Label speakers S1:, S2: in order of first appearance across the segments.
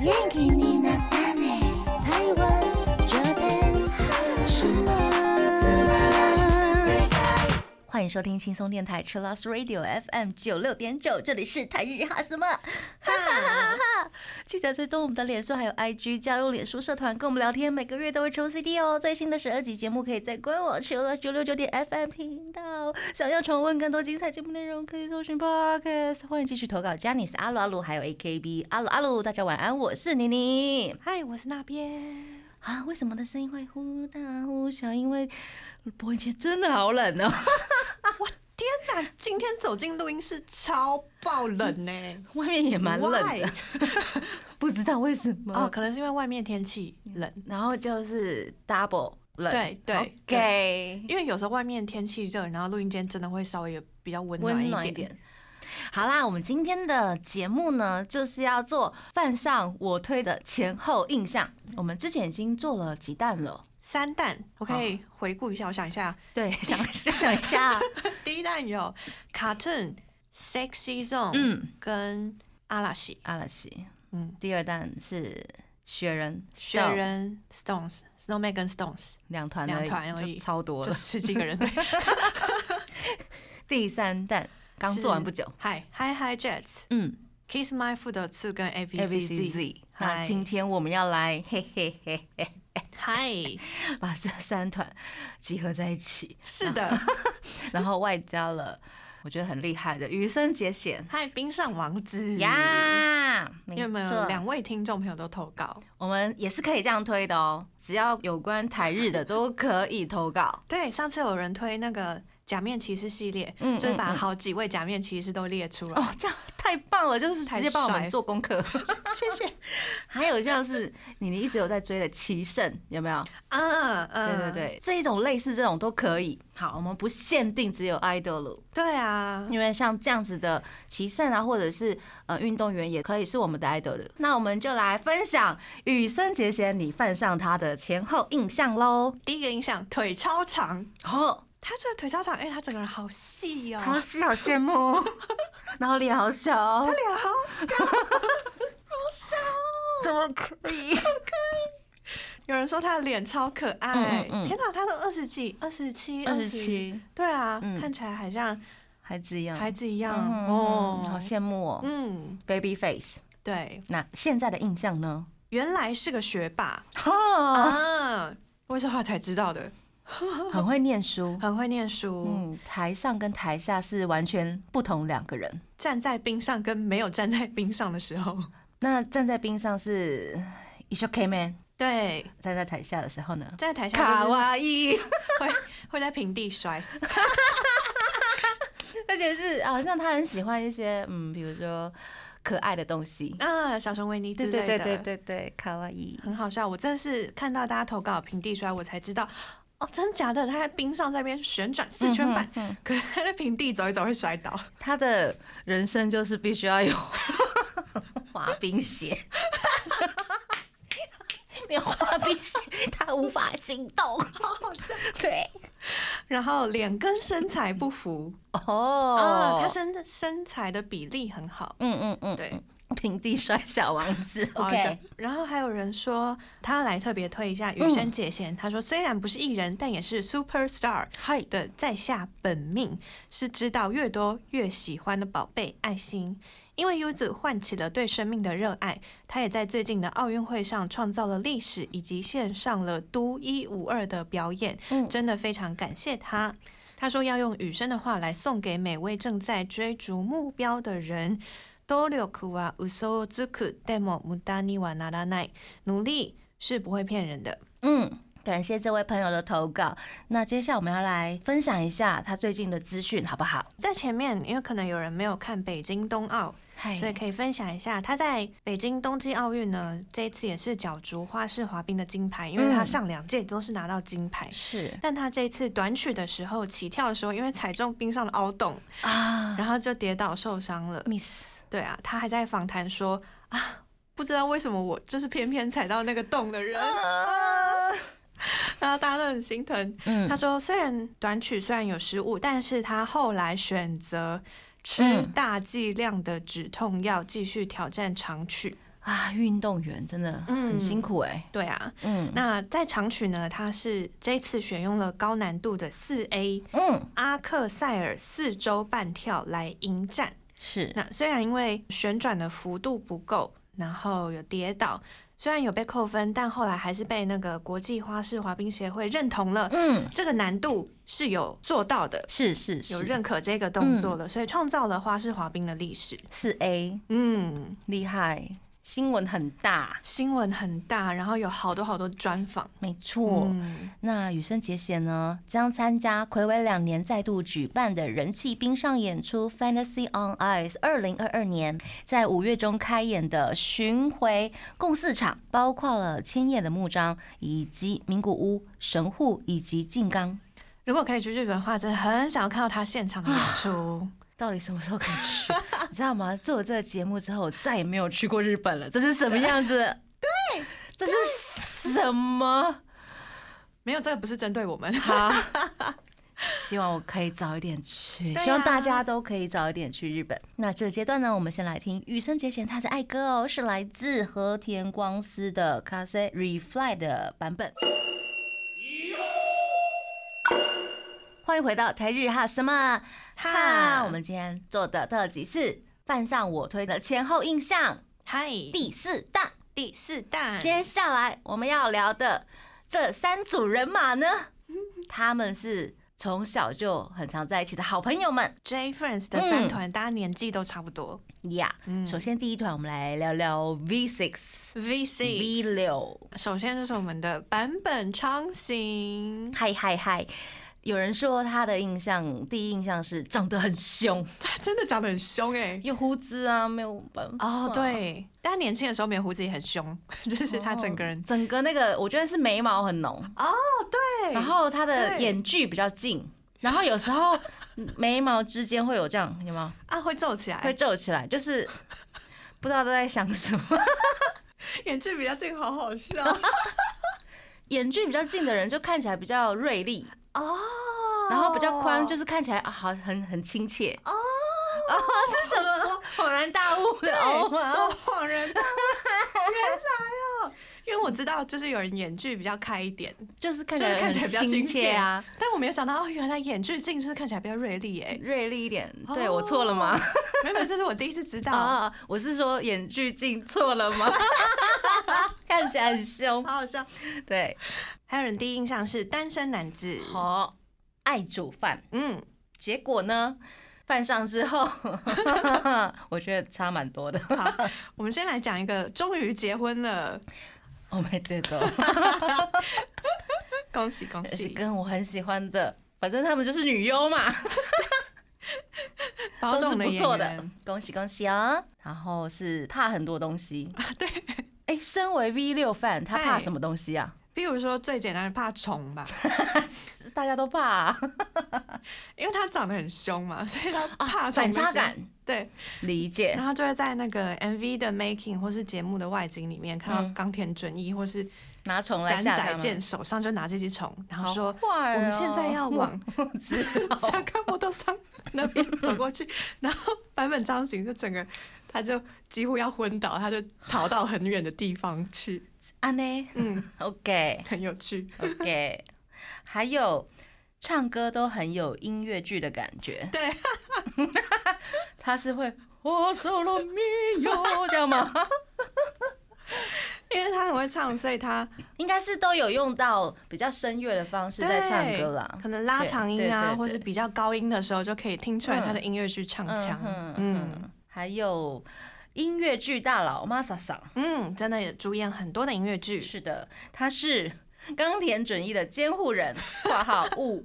S1: 元気になったね台湾这边什么？
S2: 欢迎收听轻松电台 c h i l l s Radio FM 九六点九，这里是台日哈什么哈哈哈哈哈！ 记得追踪我们的脸书还有 IG，加入脸书社团跟我们聊天，每个月都会抽 CD 哦。最新的十二集节目可以在官网 c h i l l s 九六九点 FM 听到。想要重温更多精彩节目内容，可以搜寻 Podcast。欢迎继续投稿 j a n i c e 阿鲁阿鲁还有 AKB 阿鲁阿鲁，大家晚安，我是妮妮。
S3: 嗨，我是那边。
S2: 啊，为什么我的声音会忽大忽小？因为播音间真的好冷哦。
S3: 我天哪，今天走进录音室超爆冷呢、
S2: 外面也蛮冷的
S3: Why？
S2: 不知道为什么。
S3: 哦，可能是因为外面天气冷，
S2: 然后就是 double 冷，
S3: 对对
S2: OK，
S3: 因为有时候外面天气热，然后录音间真的会稍微比较温暖
S2: 温
S3: 一
S2: 暖一
S3: 点。
S2: 点。好啦，我们今天的节目呢，就是要做犯上我推的前后印象。我们之前已经做了几弹了，
S3: 三蛋，我可以回顾一下，我 想一下，
S2: 对，想想一 下，
S3: 第一蛋有 Cartoon、Sexy Zone，
S2: 嗯，
S3: 跟阿拉西，
S2: 阿拉西，
S3: 嗯，
S2: 第二弹是雪人，
S3: 雪，人 Stones、Snowman 跟 Stones，
S2: 两团
S3: 两团而已
S2: 就超多
S3: 就
S2: 了。
S3: 十几 个人对。
S2: 第三弹刚做完不久，
S3: 嗨嗨嗨 Jets、
S2: 嗯
S3: Kiss My Foot 的次跟 A B
S2: ，A B
S3: C
S2: C
S3: Z，
S2: Z。那
S3: 嗨
S2: 今天我们要来，嘿嘿嘿嘿。
S3: 嗨，
S2: 把这三团集合在一起，
S3: 是的，
S2: 嗯然后外加了我觉得很厉害的羽生结弦
S3: 嗨，冰上王子，
S2: 呀，没
S3: 因为我们有
S2: 错，
S3: 两位听众朋友都投稿，。
S2: 我们也是可以这样推的哦，只要有关台日的都可以投稿
S3: 对，上次有人推那个假面骑士系列，
S2: 嗯
S3: 就是把
S2: 嗯嗯
S3: 好几位假面骑士都列出来，
S2: 哦，这样太棒了，就是直
S3: 太
S2: 接帮我们
S3: 帅
S2: 做功课。
S3: 谢谢，
S2: 还有像是你你一直有在追的《奇胜》，有没有？
S3: 嗯
S2: 对对
S3: 嗯，
S2: 对，这一种类似这种都可以。好，我们不限定只有 idol，
S3: 对啊，
S2: 因为像这样子的棋圣啊，或者是呃运动员，也可以是我们的 idol 的。那我们就来分享羽生结弦你犯上他的前后印象喽。
S3: 第一个印象腿超长，
S2: 哦，
S3: 他这个腿超长，哎，他整个人好细哦，
S2: 超市好羡慕， 然后脸 好小，哦
S3: 脸好小，
S2: 怎么可以？
S3: 有人说他的脸超可爱，
S2: 嗯嗯嗯
S3: 天哪，他都二十几、二十七、
S2: 二十，七，
S3: 对啊，
S2: 嗯
S3: 看起来好像
S2: 孩子一样，嗯
S3: 孩
S2: 子
S3: 子一样
S2: 哦，好
S3: 哦。
S2: 羡慕哦、
S3: 嗯，
S2: b a b y face。
S3: 对，
S2: 那现在的印象呢？
S3: 原来是个学霸
S2: 哦，
S3: 啊，我是后来才知道的，
S2: 很会念书。
S3: 很会念书，
S2: 嗯，台上跟台下是完全不同两个人。
S3: 站在冰上跟没有站在冰上的 时候，
S2: 那站在冰上是 is okay man，
S3: 对，
S2: 站在台下的时候呢，
S3: 在台下
S2: 卡
S3: 就是
S2: 哇伊，
S3: 会会在平地摔，
S2: 而且是啊好像他很喜欢一些嗯，比如说可爱的东西，
S3: 啊，小熊维尼之
S2: 对
S3: 类
S2: 对
S3: 的，
S2: 对对对对，卡哇伊。
S3: 很好笑。我真的是看到大家投稿平地摔，我才知道。哦，真假的？他在冰上在那边旋转四圈半，
S2: 嗯哼嗯
S3: 可是他在平地走一走会摔倒。
S2: 他的人生就是必须 要有滑冰鞋，没有滑冰鞋
S3: 哦
S2: 他无法行动。对，
S3: 然后脸跟身材不符啊，
S2: 哦，
S3: 他身身材的比例很好，
S2: 嗯嗯嗯，
S3: 对，
S2: 平地摔小王子
S3: 好好笑
S2: ，OK，
S3: 然后还有人说他要来特别推一下
S2: 嗯
S3: 羽生结弦，他说虽然不是艺人，但也是 super star
S2: 嗨，
S3: 的在下本命，是知道越多越喜欢的宝贝爱心。因为 U 子唤起了对生命的热爱，他也在最近的奥运会上创造了历史，以及献上了独一无二的表演，
S2: 嗯
S3: 真的非常感谢他。他说要用雨声的话来送给每位正在追逐目标的人。努力は嘘をつく、でも無駄にはならない。努力是不会骗人的。
S2: 嗯，感谢这位朋友的投稿。那接下来我们要来分享一下他最近的资讯，好不好？
S3: 在前面，因为可能有人没有看北京冬奥，
S2: 嗨
S3: 所以可以分享一下，他在北京冬季奥运呢，这一次也是角逐花式滑冰的金牌，因为他上两届都是拿到金牌。
S2: 是
S3: 但他这一次短曲的时候起跳的时候，因为踩中冰上的凹洞，
S2: 啊
S3: 然后就跌倒受伤了。
S2: ，Miss，
S3: 对啊，他还在访谈说啊，不知道为什么我就是偏偏踩到那个洞的人，啊 然后大家都很心疼。
S2: 嗯
S3: 他说，虽然短曲虽然有失误，但是他后来选择吃
S2: 嗯
S3: 大剂量的止痛药，继续挑战长曲。
S2: 啊，运动员真的很辛苦哎、
S3: 对啊，
S2: 嗯
S3: 那在长曲呢，它是这次选用了高难度的四 A
S2: 嗯，
S3: 阿克塞尔四周半跳来迎战。
S2: 是
S3: 那虽然因为旋转的幅度不够，然后有跌倒，虽然有被扣分，但后来还是被那个国际花式滑冰协会认同了，
S2: 嗯
S3: 这个难度是有做到的，
S2: 是是是，
S3: 有认可这个动作了，所以创造了花式滑冰的历史。
S2: 四 A
S3: 嗯，
S2: 厉害，新闻很大，
S3: 新闻很大，然后有好多好多专访。
S2: 没错。
S3: 嗯，
S2: 那羽生结弦呢，将参加暌违两年再度举办的人气冰上演出《Fantasy on Ice》二零二二年在五月中开演的巡回共四场，包括了千叶的木章以及名古屋、神户以及静冈。
S3: 如果可以去日本的话，真的很想要看到他现场的演出。
S2: 到底什么时候可以去？你知道吗？做了这个节目之后，我再也没有去过日本了。这是什么样子？对，这是什么？
S3: 没有，这个不是针对我 们。
S2: 好，希望我可以早一点去，
S3: 对啊
S2: 希望大家都可以早一点去日本。那这个阶段呢，我们先来听羽生结弦他的爱歌哦，是来自和田光司的《卡塞 Refly》的版本。欢迎回到台日哈什么哈？
S3: 哈
S2: 我们今天做的特辑是犯上我推的前后印象
S3: 嗨，第
S2: 第四大。
S3: 第四弹，
S2: 接下来我们要聊的这三组人马 呢，他们是从小就很常在一起的好朋友们
S3: J Friends 的
S2: 嗯
S3: 三团，大家年纪都差不多。
S2: 呀。
S3: 嗯
S2: 首先第一团，我们来聊聊 V six、
S3: V
S2: V
S3: C，
S2: 六，
S3: 首先就是我们的版本昌行，
S2: 嗨嗨嗨！有人说他的印象，第一印象是长得很凶，
S3: 他 真的长得很凶哎、
S2: 有胡子啊，没有办法。
S3: 哦，对，但他年轻的时候没有胡子也很凶， 就是他整个人。
S2: 整个那个，我觉得是眉毛很浓，
S3: 对
S2: 然后他的
S3: 对
S2: 眼距比较近，然后有时候 眉毛之间会有这样，有没有？
S3: 啊会皱起
S2: 会
S3: 来，
S2: 皱起来，就是不知道都在想什么。
S3: 眼距比较近，好好笑
S2: 眼距比较近的人就看起来比较锐利，
S3: 哦。
S2: 然后比较宽，就是是看起来啊好很很亲切。哦，是什么恍然大悟的哦吗？
S3: 我恍然大悟，原来哦，因为我知道就是有人眼距比较开一点，
S2: 就是看
S3: 就
S2: 起
S3: 是
S2: 来
S3: 看起来比较
S2: 很亲
S3: 亲
S2: 切啊，，
S3: 但我没有想到哦，原来眼距近就是看起来比较锐利 哎，
S2: 锐利一点。对我错了吗？
S3: 没有，没有这是我第一次知道。
S2: 啊，我是说眼距近错了吗？ 看起来很凶。
S3: 好好笑，
S2: 对，
S3: 还有人第一印象是单身男子，
S2: 好爱煮饭，
S3: 嗯，
S2: 结果呢？犯上之后， 我觉得差蛮多的。
S3: 好，我们先来讲一个终于结婚了，
S2: 我没对头。
S3: 恭喜恭
S2: 呃是
S3: 喜！
S2: 跟我很喜欢的，反正他们就是女优嘛，
S3: 保
S2: 都是
S3: 总
S2: 不
S3: 演
S2: 错的
S3: 员，，
S2: 恭喜恭喜啊！然后是怕很多东 西，
S3: 啊对，
S2: 哎，身为 V 六范，他怕
S3: 嗨
S2: 什么东西啊？
S3: 比如说最简单的怕虫吧，
S2: 大家都怕啊
S3: 因为他长得很凶嘛，所以他怕虫
S2: 反
S3: 不行
S2: 差感，
S3: 对，
S2: 理解
S3: 然后就会在那个 MV 的 making 或是节目的外景里面看到
S2: 嗯
S3: 冈田准一或是
S2: 拿虫来
S3: 三
S2: 吓他
S3: 宅
S2: 们
S3: 健。手上就拿这只虫，然后
S2: 好
S3: 说
S2: 坏哦
S3: 我们现在要 往
S2: 我知道
S3: 三冈摩多桑那边走过去， 然后坂本昌行就整个他就几乎要昏倒，他就逃到很远的地方去，
S2: 安呢
S3: 嗯，
S2: ，OK
S3: 很有 趣。
S2: OK，还有唱歌都很有音乐剧的感觉，
S3: 对，
S2: 他是会我 solo me 哟，这样吗？
S3: 因为他很会唱，所以他
S2: 应该是都有用到比较声乐的方式在唱歌啦
S3: 对。可能拉长音
S2: 对对
S3: 啊，
S2: 对
S3: 或是比较高音的时候，就可以听出来他的音乐剧唱腔。
S2: 嗯
S3: 嗯
S2: 嗯，还有音乐剧大佬 Masa 桑，
S3: 嗯，真的也主演很多的音乐剧。
S2: 是的，他是冈田准一的监护 人，挂号物。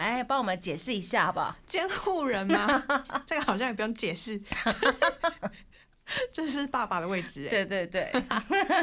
S2: 哎，帮我们解释一下好不好？
S3: 监护人 吗？这个好像也不用解释， 这是爸爸的位置、欸。
S2: 对对对，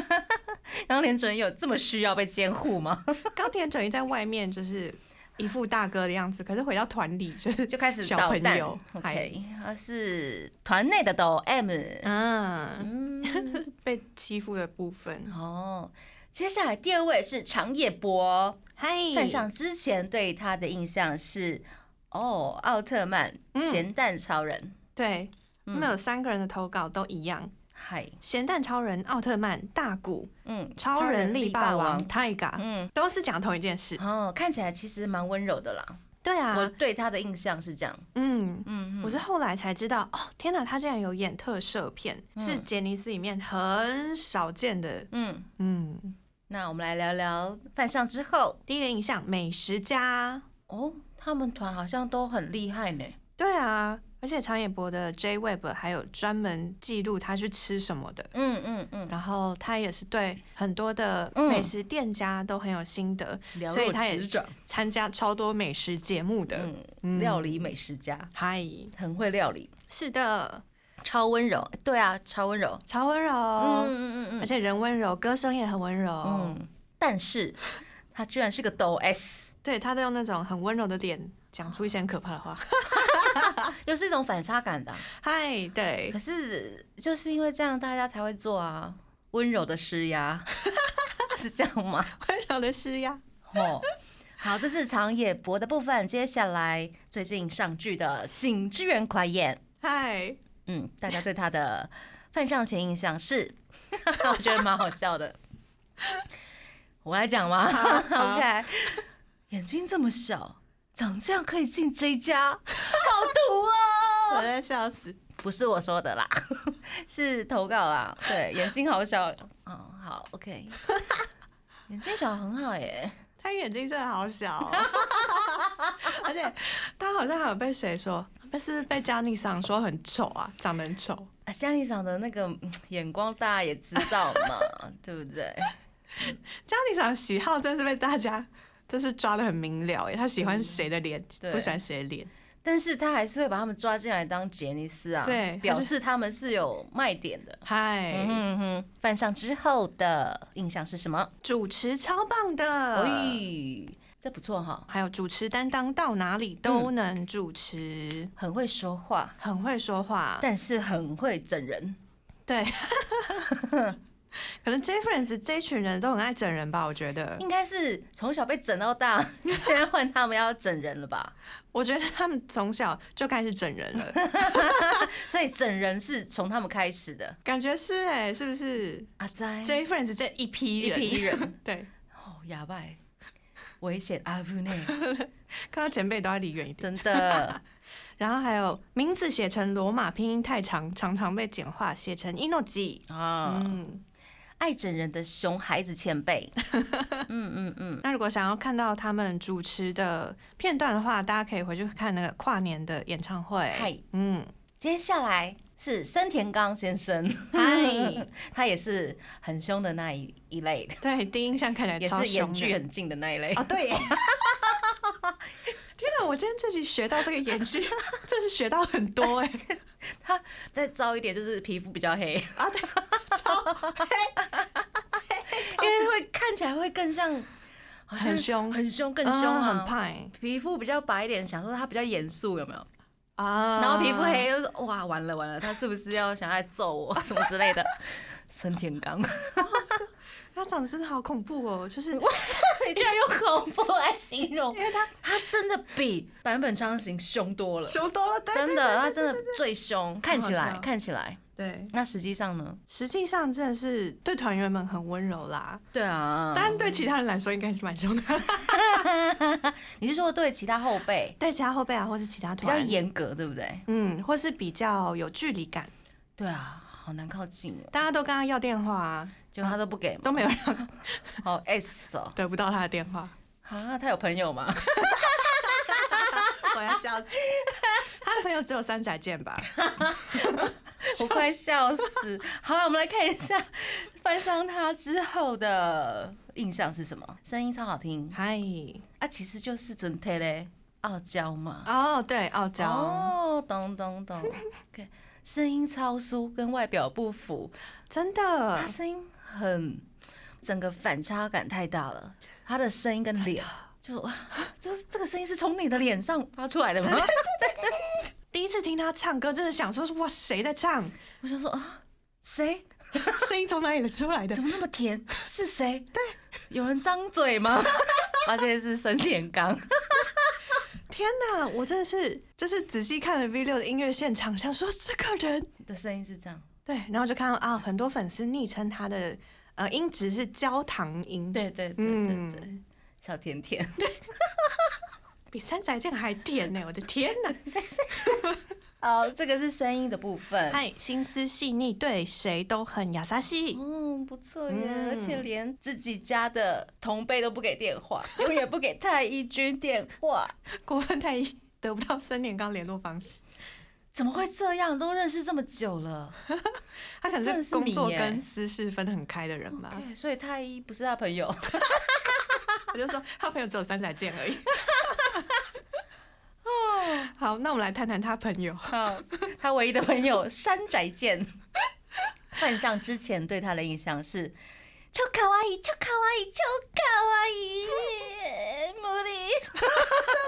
S2: 冈田准一有这么需要被监护吗？
S3: 冈田准一在外面就是一副大哥的样子，可是回到团里就是
S2: 就开始
S3: 小
S2: 捣
S3: 朋
S2: 蛋
S3: 友。还
S2: OK，他是团内的抖 M。
S3: 嗯，
S2: 嗯，
S3: 被欺负的部 分。
S2: 哦，接下来第二位是长野博。
S3: 嗨，
S2: 份上之前对他的印象是，哦，奥特曼、
S3: 嗯
S2: 咸蛋超人，
S3: 对，我
S2: 嗯
S3: 们有三个人的投稿都一样，
S2: 嗨，
S3: 咸蛋超人、奥特曼、大古、
S2: 嗯，
S3: 超人力霸王、Tiga，
S2: 嗯，
S3: 都是讲同一件事。
S2: 哦，看起来其实蛮温柔的啦。
S3: 对
S2: 我
S3: 啊，
S2: 对他的印象是这样，
S3: 嗯。
S2: 嗯，嗯
S3: 我是后来才知道，哦，天哪，他竟然有演特摄片，是
S2: 嗯
S3: 杰尼斯里面很少见的。
S2: 嗯，
S3: 嗯，
S2: 那我们来聊聊犯上之后
S3: 第一个印象，美食家。
S2: 哦，他们团好像都很厉害呢。
S3: 对啊，而且长野博的 J Web 还有专门记录他去吃什么的。
S2: 嗯嗯嗯，
S3: 然后他也是对很多的美食店家都很有心得，
S2: 了
S3: 所以
S2: 若
S3: 他也
S2: 指掌，
S3: 参加超多美食节目的。
S2: 嗯，料理美食家，
S3: 嗨，
S2: 很会料理，
S3: 是的，
S2: 超温柔。对啊，超温柔。
S3: 超温柔，
S2: 嗯嗯嗯
S3: 而且人温柔，歌声也很温柔。
S2: 嗯嗯，但是他居然是个抖 S，
S3: 对他都用那种很温柔的脸讲出一些很可怕的话。
S2: 又是一种反差感的啊、
S3: 嗨，对
S2: 可，是就是因为这样，大家才会做啊，温柔的施 压，是这样吗？
S3: 温柔的施压。
S2: 哦，好，这是长野博的部分。接下来最近上剧的《景之源快彦》，
S3: 嗨，
S2: 嗯，大家对他的犯上前印象是， 我觉得蛮好笑的。我来讲吗
S3: 好
S2: ？OK，眼睛这么小，长这样可以进 J 家，
S3: 我在笑死。
S2: 不是我说的啦， 是投稿啦。对，眼睛好小，哦，好，OK，眼睛小很好耶。
S3: 他眼睛真的好小、哦， 而且他好像还有被谁说，被是不是被佳妮桑说很丑啊，长得很丑。
S2: 啊，家里长的那个嗯眼光大家也知道嘛， 对不对？
S3: 佳妮桑喜好真是被大家就是抓的很明了哎，他喜欢谁的脸，
S2: 嗯对
S3: 不喜欢谁的脸。
S2: 但是他还是会把他们抓进来当杰尼斯啊，
S3: 对他
S2: 表
S3: 就
S2: 示他们是有卖点的。
S3: 嗨、
S2: 嗯哼哼，犯上之后的印象是什么？
S3: 主持超棒的。
S2: 哎，这不错哈，
S3: 还有主持担当到哪里
S2: 嗯
S3: 都能主持，
S2: 很会说话，
S3: 很会说话。
S2: 但是很会整人。
S3: 对，可能 J Friends 这一群人都很爱整人吧？我觉得，
S2: 应该是从小被整到大，现在换他们要整人了 吧？
S3: 我觉得他们从小就开始整人了，
S2: 所以整人是从他们开始的。
S3: 感觉是哎、是不是
S2: 阿哉，
S3: ？J Friends 这一批
S2: 哎一批
S3: 人，
S2: 人
S3: 对，
S2: 哦，哑巴，危险阿布 内，
S3: 看到前辈都要离远一点。
S2: 真的，
S3: 然后还有名字写成罗马拼音太长，常常被简化写成 Inoji。
S2: 啊，
S3: 嗯，
S2: 爱整人的熊孩子前辈，嗯嗯嗯，
S3: 那如果想要看到他们主持的片段的话，大家可以回去看那个跨年的演唱
S2: 嗨
S3: 会。嗯，
S2: 接下来是森田刚先生，
S3: 嗨，
S2: 他也是很凶的那一一类，
S3: 对，第一印象看起来
S2: 也
S3: 哎超
S2: 是
S3: 凶
S2: 眼
S3: 的
S2: 距很近的那一类
S3: 啊、，对耶。 天哪！我今天自己学到这个演剧， 真是学到很多哎、
S2: 再糟一点就是皮肤比较 黑，
S3: 啊，对，
S2: 哦
S3: 超
S2: 因为会看起来会更像，好像
S3: 很凶
S2: 很凶，更凶
S3: 嗯很
S2: 啊。
S3: 胖哎、
S2: 皮肤比较白一点，想说他比较严肃，有没有？
S3: 啊，
S2: 然后皮肤黑，就说哇，完了完了，他是不是要想来揍我 什么之类的？森田刚，
S3: 他长得真的好恐怖哦，就是
S2: 你居然用恐怖来形容
S3: 因，为他
S2: 他真的比坂本昌行凶多了，
S3: 熊多了，对
S2: 真的，他真的最凶，看起
S3: 好
S2: 来
S3: 笑
S2: 看起来，
S3: 对。
S2: 那实际上呢？
S3: 实际上真的是对团员们很温柔啦，
S2: 对啊，
S3: 当然对其他人来说应该是蛮凶的，
S2: 你是说对其他后辈
S3: 对其他后辈啊，或是其他
S2: 比较
S3: 团，
S2: 严格，对不对？
S3: 嗯，或是比较有距离感，
S2: 对啊，好难靠近哦，
S3: 大家都跟他要电话啊，
S2: 就他都不给嘛，
S3: 都没有让
S2: 好 S 哦，
S3: 得不到他的电话，
S2: 啊，他有朋友吗？
S3: 我要笑死。 他的朋友只有三宅健吧？
S2: 我快笑死！好了，我们来看一下翻上他之后的印象是什么？声音超好听
S3: 嗨，
S2: 啊，其实就是整体嘞，傲娇嘛。
S3: 哦，对，傲娇，
S2: 哦，懂懂懂。OK，声音超酥，跟外表不符，
S3: 真的
S2: 他声音很，整个反差感太大了。他的声音跟脸，就哇，这这个声音是从你的脸上发出来的吗？
S3: 第一次听他唱歌，真的想说是哇，谁在唱？
S2: 我想说啊，谁
S3: 声音从哪里出来的
S2: 怎？么那么 甜？是谁？对，有人张嘴吗？ 发现是森田刚，
S3: 天哪，我真的是就是仔细看了 V 六的音乐现场，想说这个人
S2: 的声音是这样，
S3: 对，然后就看到啊，很多粉丝昵称他的呃音值是焦糖音，，
S2: 对对对对对，
S3: 嗯
S2: 小甜甜。
S3: 比三宅健还甜呢、我的天 哪！
S2: 哦，这个是声音的部分。
S3: 嗨，心思细腻，对谁都很雅萨西。
S2: 嗯，不错耶，
S3: 嗯
S2: 而且连自己家的同辈都不给电话，永远不给太一军电话，
S3: 国分太一得不到森田刚联络方式，
S2: 怎么会这样？都认识这么久了，
S3: 他可
S2: 真
S3: 能
S2: 的
S3: 是
S2: 是
S3: 工
S2: 迷
S3: 作
S2: 耶
S3: 跟私事分得很开的人吧。
S2: 对，所以太一不是他朋 友。
S3: 我就说他朋友只有三宅健而已。 好，那我们来谈谈他朋友。
S2: 好，他唯一的朋友山宅健。换上之前对他的印象是“超卡哇伊，超卡哇伊，超卡哇伊”，茉莉 怎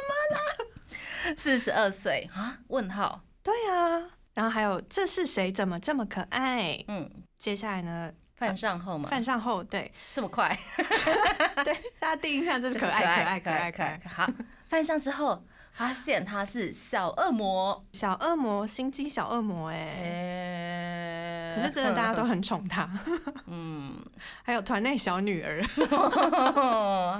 S2: 么了？四十二岁啊？问号。
S3: 对啊，然后还有这是谁？怎么这么可爱？
S2: 嗯，
S3: 接下来呢，
S2: 犯上后嘛，
S3: 犯上后，对
S2: 这么快？
S3: 对，大家第一印象就是可爱，可爱，可爱，可爱。。
S2: 好，犯上之后发现他是小恶魔，
S3: 小恶魔，心机小恶魔，哎，
S2: 哎
S3: 可是真的大家都很宠他。
S2: 嗯
S3: 还有团内小 女儿，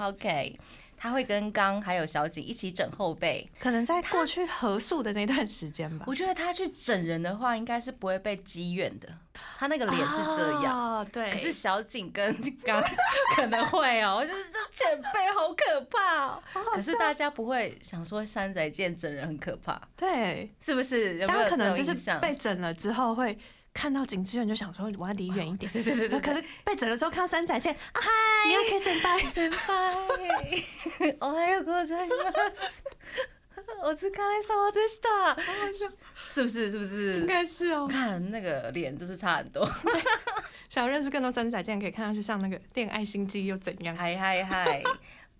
S2: ，OK，他会跟刚还有小景一起整后背。
S3: 可能在过去合宿的那段时间吧。
S2: 我觉得他去整人的话，应该是不会被激怨的，他那个脸是这样。
S3: 哦，对。
S2: 可是小景跟 刚可能会哦、就是这前辈好可怕 哦、可是大家不会想说山仔见整人很可怕，
S3: 对，
S2: 是不是？有没
S3: 大
S2: 有
S3: 家可能
S2: 这
S3: 就
S2: 种
S3: 是
S2: 印象
S3: 被整了之后会看到景之远就想说我要离远一点，对对对 可是被整了之后看到三宅健，啊嗨，你要 kiss and bye，
S2: 先輩おはようご ざいます。お疲れ様でした。是不是？是不
S3: 应
S2: 是？
S3: 该是哦。
S2: 看那个脸就是差很多。
S3: 想要认识更多三宅健，可以看他去上那个恋爱心机又怎样？
S2: 嗨嗨嗨！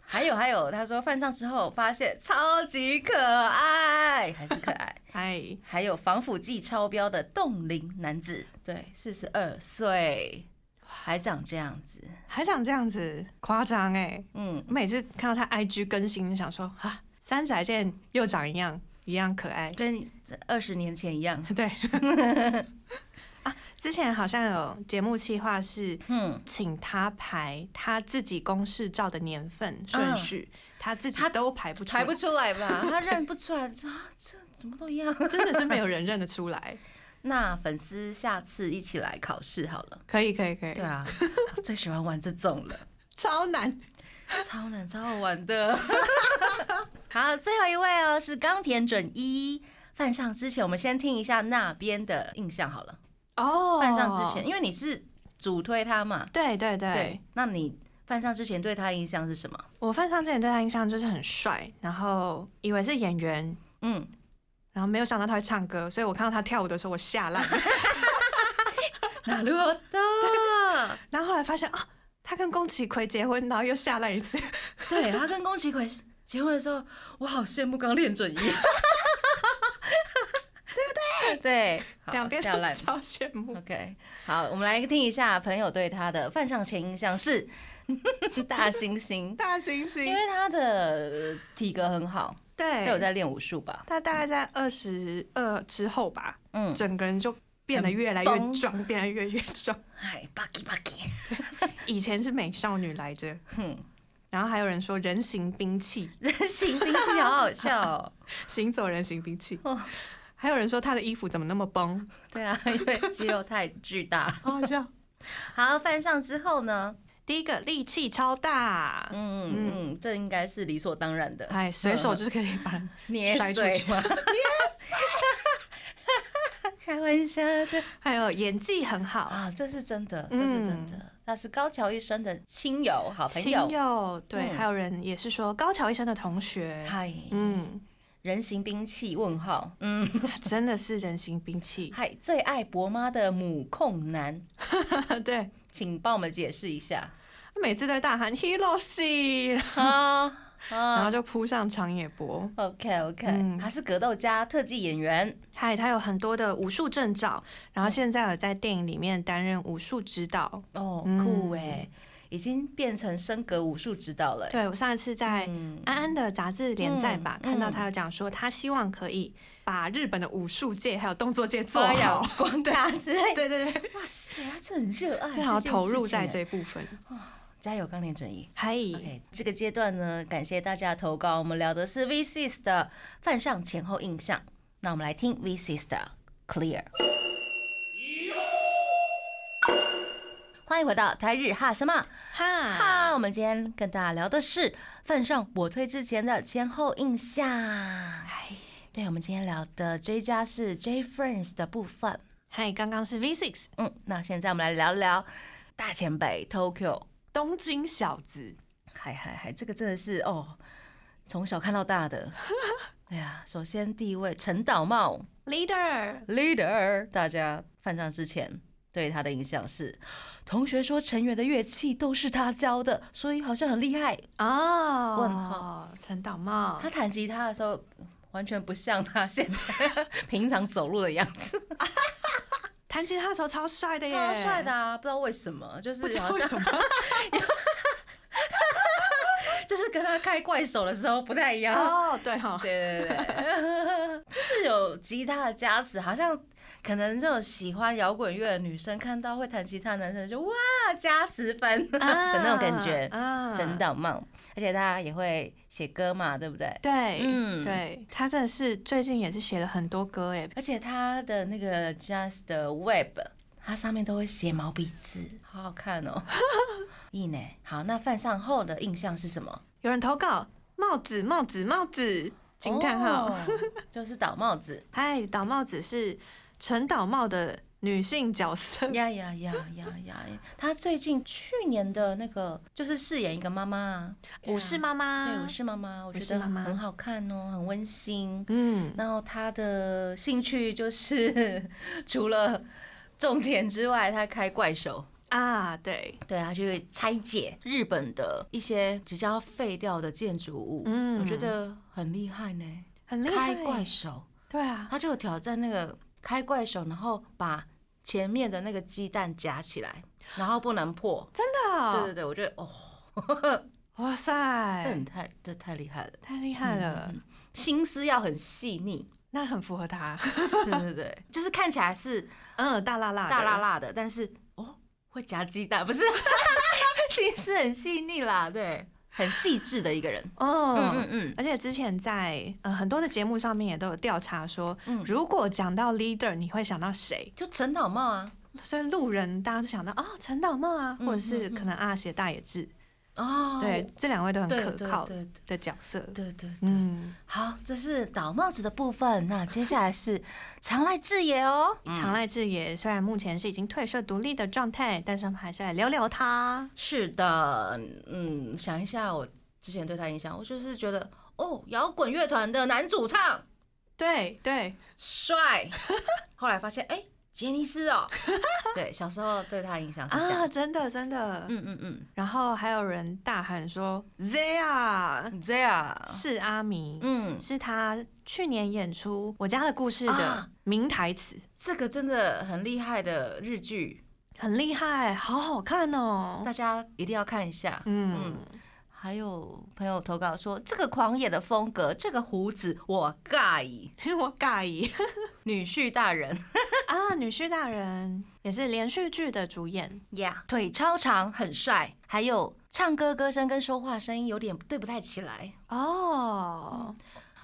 S2: 还有还有，他说犯上之后发现超级可爱，还是可爱。
S3: 哎，
S2: 还有防腐剂超标的冻龄男子，对，四十二岁还长这样子，
S3: 还想这样子夸张哎！
S2: 嗯，
S3: 我每次看到他 IG 更新，就想说啊，三宅健又长一样，一样可爱。
S2: 跟二十年前一样，
S3: 对 啊，之前好像有节目计划是
S2: 嗯。
S3: 请他排他自己公示照的年份顺序，嗯他自己
S2: 他
S3: 都排不出来，
S2: 排不出来吧？ 他认不出来，这啊这怎么都一样。
S3: 真的是没有人认得出 来。
S2: 那粉丝下次一起来考试好了。
S3: 可以，可以，可以，
S2: 对啊，我 最喜欢玩这种了，
S3: 超难。
S2: 超难超好玩的。好，最后一位哦是冈田准一。犯上之前，我们先听一下那边的印象好了。
S3: 哦
S2: 犯上之前，，因为你是主推他嘛，
S3: 对对对，
S2: 对，那你犯上之前对他的印象是什么？
S3: 我犯上之前对他印象就是很帅，然后以为是演员，
S2: 嗯，
S3: 然后没有想到他会唱歌，所以我看到他跳舞的时候我吓烂 了，
S2: 哪路的？
S3: 然后后来发现啊，他跟宫崎葵结婚，然后又吓烂一次，
S2: 对他跟宫崎葵结婚的时候，我好羡慕刚练准一，对 不对？对，好
S3: 两边都
S2: 下来。
S3: 超羡 慕。
S2: OK，好，我们来听一下朋友对他的犯上前印象 是大猩猩，
S3: 大猩
S2: 因
S3: 猩，
S2: 为他的体格很好，他有
S3: 对，
S2: 在练武术吧？
S3: 他大概在二十二之后吧，
S2: 嗯，
S3: 整个人就变得越来
S2: 很
S3: 越
S2: 崩
S3: 壮，变得越来越壮。
S2: 嗨，Bucky Bucky，
S3: 以前是美少女来着，
S2: 哼，
S3: 然后还有人说人形兵器，
S2: 人形兵器好好笑哦。
S3: 行走人形兵器
S2: 哦。
S3: 还有人说他的衣服怎么那么崩，
S2: 对啊，因为肌肉太巨大。
S3: 好好笑。
S2: 好，犯上之后呢？
S3: 第一个力气超大，
S2: 嗯嗯，这应该是理所当然的。
S3: 哎，随手就是可以把 人。
S2: 捏
S3: 摔出
S2: 碎
S3: 去
S2: 吗？开玩笑的
S3: 还有演技很好，
S2: 啊，这是真的，这是真的。那嗯是高桥医生的亲友、好朋
S3: 亲
S2: 友。
S3: 友对，
S2: 嗯
S3: 还有人也是说高桥医生的同学，
S2: 嗨，
S3: 嗯，
S2: 人形兵器？问号。嗯，
S3: 真的是人形 兵器，
S2: 嗨，最爱伯妈的母控男，
S3: 对。
S2: 请帮我们解释一下。
S3: 每次都大喊 Hiroshi，
S2: 啊
S3: 然
S2: 啊
S3: 后就扑上长野博。
S2: ，OK OK，、
S3: 嗯
S2: 他是格斗家、特技演员。
S3: 嗨，他有很多的武术证嗯照，然后现在有在电影里面担任武术指导。
S2: 哦，
S3: 嗯
S2: 酷哎！已经变成升格武术指导了、欸。
S3: 对我上一次在
S2: 嗯，
S3: 安安的杂志连载吧，
S2: 嗯
S3: 看到他有讲说，他希望可以把日本的武术界还有动作界做
S2: 发扬
S3: 好。
S2: 光大之类。
S3: 对对 对，
S2: 哇塞，他真的很热爱，
S3: 正好投入在
S2: 这件事情欸。
S3: 这部分。
S2: 加油，钢铁准一。
S3: 嗨，
S2: OK，这个阶段呢，感谢大家的投稿。我们聊的是 V6 的犯上前后印象。那我们来听 V6 的 Clear。欢迎回到台日哈什么
S3: 哈，
S2: 哈？我们今天跟大家聊的是犯上我推之前的前后印象。
S3: 嗨，
S2: 对，我们今天聊的这一家是 J Friends 的部分。
S3: 嗨，刚刚是 V Six
S2: 嗯，那现在我们来聊聊大前辈 Tokyo。
S3: 东京小子，
S2: 嗨嗨嗨，这个真的是哦，从小看到大的。 对啊，首先第一位陈导茂
S3: leader，
S2: leader，大家犯上之前对他的印象是，同学说成员的乐器都是他教的，所以好像很厉害。问
S3: 哦，陈导茂
S2: 他弹吉他的时候。完全不像他现在 平常走路的样子，
S3: 弹吉他的时候超帅的耶，
S2: 超帅的，啊！不知道为什么，就是
S3: 不知道
S2: 好
S3: 为
S2: 像
S3: 什么
S2: 就是跟他开怪手的时候不太一样。
S3: 哦，对哈，
S2: 对对对，就是有吉他的加持，好像可能这种喜欢摇滚乐的女生看到会弹吉他的男生就哇加十分 的那种感觉，
S3: 啊
S2: 真。的梦。而且他也会写歌嘛，对不对？
S3: 对，
S2: 嗯
S3: 对他真的是最近也是写了很多歌哎，
S2: 而且他的那个 Just 的 Web，它上面都会写毛笔字，好好看哦。意呢？好，那犯上后的印象是什么？
S3: 有人投稿帽子帽子帽子惊叹号
S2: 哦，就是倒帽子。
S3: 嗨，导帽子是陈导帽的女性角色，
S2: 呀呀呀呀呀！她最近去年的那个就是饰演一个妈妈啊，
S3: 武士妈
S2: 对，
S3: 妈
S2: 我，是妈妈，我觉
S3: 武士
S2: 得
S3: 妈妈
S2: 很好看哦，很温馨。
S3: 嗯，
S2: 然后她的兴趣就是 除了种田之外，她开怪手，
S3: 啊，对，
S2: 对她去拆解日本的一些即将要废掉的建筑物，
S3: 嗯
S2: 我觉得很厉害呢。
S3: 很厉害欸
S2: 开，怪手，
S3: 对啊，
S2: 她就有挑战那个开怪手，然后把前面的那个鸡蛋夹起来，然后不能破。
S3: 真
S2: 对
S3: 的哦，哎
S2: 对对，我觉得哦，这
S3: 哇
S2: 很
S3: 塞，
S2: 太这太厉害了，嗯
S3: 太厉害了，
S2: 心思要很细 腻。
S3: 那很符合他，
S2: 对对对，就是看起来是
S3: 嗯，大辣辣，
S2: 大辣，辣的，但是哦会夹鸡蛋，不是 心思很细腻啦，对，很细致的一个人。嗯嗯
S3: 哦。
S2: 嗯，
S3: 而且之前在呃很多的节目上面也都有调查说，
S2: 嗯
S3: 如果讲到 leader，你会想到谁？
S2: 就陈导茂啊，
S3: 所以路人大家都想到哦，陈导茂啊，
S2: 嗯
S3: 或者是
S2: 嗯嗯
S3: 可能阿写大野智，
S2: 哦，
S3: 对，这两位都很
S2: 对
S3: 可靠
S2: 对
S3: 的角色。
S2: 对对对对，
S3: 嗯，
S2: 好，这是倒帽子的部分，那接下来是常来智也哦，
S3: 长濑智也虽然目前是已经退社独立的状态，但是我们还是来聊聊他。
S2: 是的，嗯，想一下我之前对他印象，我就是觉得哦，摇滚乐团的男主唱
S3: 对对，
S2: 帅，后来发现哎、杰尼斯 哦，对，小时候对他印象是这
S3: 啊，
S2: 样。
S3: 真的真的。
S2: 嗯嗯嗯
S3: 然后还有人大喊说 z 啊，
S2: 嗯，这样，
S3: 是阿米。
S2: 嗯，
S3: 是他去年演出《我家的故事》的
S2: 啊
S3: 名台词，
S2: 这个真的很厉害的日剧，
S3: 很厉害，好好看哦。
S2: 大家一定要看一下。
S3: 嗯，
S2: 还有朋友投稿说，这个狂野的风格，这个胡子我尬意，
S3: 因为 我 尬意。
S2: 女婿大人
S3: 啊，女婿大人也是连续剧的主演，
S2: 呀腿超长，很帅。还有唱歌歌声跟说话声音有点对不太起来，
S3: 哦，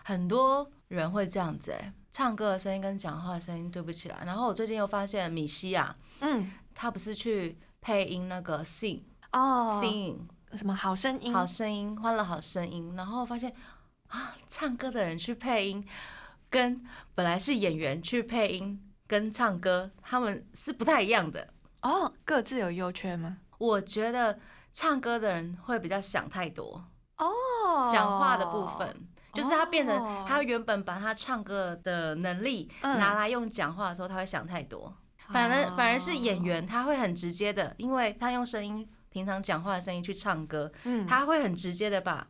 S2: 很多人会这样子、欸，唱歌的声音跟讲话的声音对不起来。然后我最近又发现米西亚，
S3: 嗯，
S2: 她不是去配音那个 Sing
S3: 哦，
S2: Sing
S3: 什么好声音？
S2: 好声音，欢乐好声音，然后发现啊，唱歌的人去配音，跟本来是演员去配音跟唱歌，他们是不太一样的。
S3: 哦，各自有优缺吗？
S2: 我觉得唱歌的人会比较想太多，
S3: 哦
S2: 讲话的部分，就是他变
S3: 哦
S2: 成他原本把他唱歌的能力
S3: 嗯哦
S2: 拿来用讲话的时候，他会想太多。反而反而是演员，他会很直接的，因为他用声音平常讲话的声音去唱歌，
S3: 嗯
S2: 他会很直接的把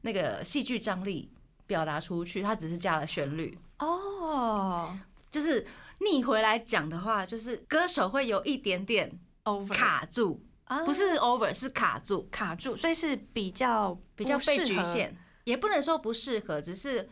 S2: 那个戏剧张力表达出去。他只是加了旋律，
S3: 哦
S2: 就是逆回来讲的话，就是歌手会有一点点
S3: ，over
S2: 卡住。
S3: 啊
S2: 不是 over 是卡住，
S3: 卡住，所以是比较
S2: 比较
S3: 不适
S2: 被局
S3: 合
S2: 限，也不能说不适合，只是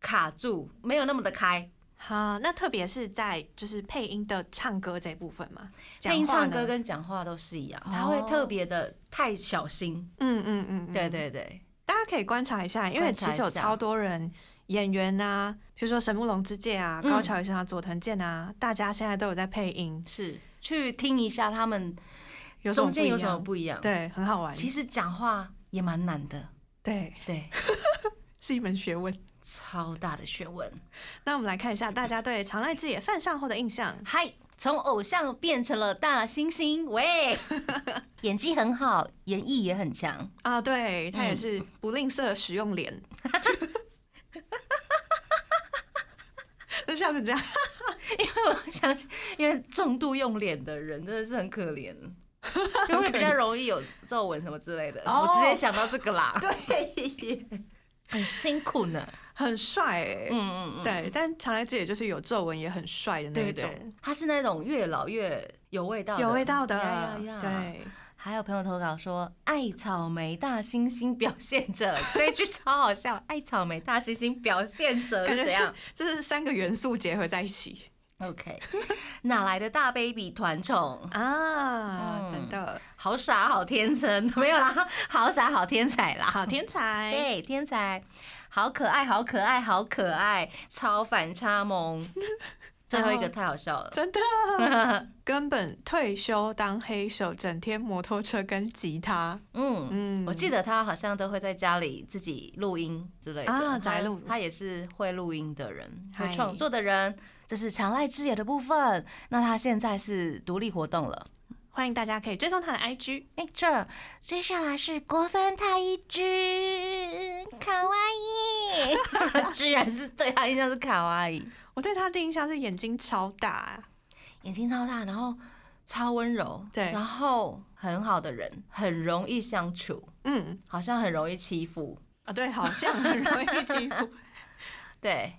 S2: 卡住，没有那么的开。
S3: 好，那特别是在就是配音的唱歌这一部分嘛，讲
S2: 配音
S3: 话
S2: 唱歌
S3: 呢
S2: 跟讲话都是一样，
S3: 哦
S2: 他会特别的太小心。
S3: 嗯嗯嗯，嗯
S2: 对，对对，
S3: 大家可以观察一下，因为
S2: 观察
S3: 其
S2: 一
S3: 实有
S2: 下
S3: 超多人演员啊，比如说神木隆之介啊、
S2: 嗯
S3: 高桥医生啊、佐藤健啊，大家现在都有在配音，
S2: 是去听一下他们
S3: 有什
S2: 中
S3: 么不
S2: 间
S3: 一
S2: 有什么
S3: 样？
S2: 不一样。，
S3: 对，很好玩，
S2: 其实讲话也蛮难的，
S3: 对，
S2: 对，
S3: 是一门学问。
S2: 超大的学问。
S3: 那我们来看一下大家对长濑智也犯上后的印象。
S2: 嗨，从偶像变成了大猩猩， 喂，
S4: 演技很好，演绎也很强。
S3: 啊，对他也
S2: 嗯
S3: 是不吝啬使用 脸，就笑成这样。
S2: 我想起，因为重度用脸的人真的是很可 怜，就会比较容易有皱纹什么之类的。
S3: 哦
S2: 我直接想到这个啦，
S3: 对耶，
S2: 很辛苦呢。
S3: 很帅哎、
S2: 嗯嗯嗯，
S3: 对，但常来之也就是有皱纹也很帅的那
S2: 对
S3: 一种，嗯
S2: 对，他是那种越老越有味道，
S3: 有味道的。
S2: 呀呀呀
S3: 对，
S4: 还有朋友投稿说，
S2: 爱草莓大猩猩表现者这一句超好笑，爱草莓大猩猩表现者
S3: 感
S2: 是
S3: 觉
S2: 怎样
S3: 是就是三个元素结合在一起
S2: ？OK，哪来的大 baby 团宠？
S3: 啊，
S2: 嗯
S3: 真的
S2: 好傻，好天真， 没有啦，好傻，好天才啦，
S3: 好天
S4: 哎
S3: 才。
S2: 对，天才，好可爱，好可爱，好可爱，超反差萌。最后一个太好笑了，
S3: 真的，根本退休当黑手，整天摩托车跟吉他。
S2: 嗯，
S3: 嗯，
S2: 我记得他好像都会在家里自己录音之类的
S3: 啊
S2: 他
S3: 宅录
S2: 他也是会录音的人，会
S3: 嗨
S2: 创作的人。
S4: 这是长濑智也的部分。那他现在是独立活动了。
S3: 欢迎大家可以追踪他的 IG。
S4: 没错，接下来是国分太一之卡哇伊，
S2: 居然是对他印象是卡哇伊，
S3: 我对他的印象是眼睛超大，
S2: 眼睛超大，然后超温柔，
S3: 对
S2: 然后很好的人，很容易相处，
S3: 嗯
S2: 好像很容易欺负，
S3: 啊，对，好像很容易欺负
S2: 对，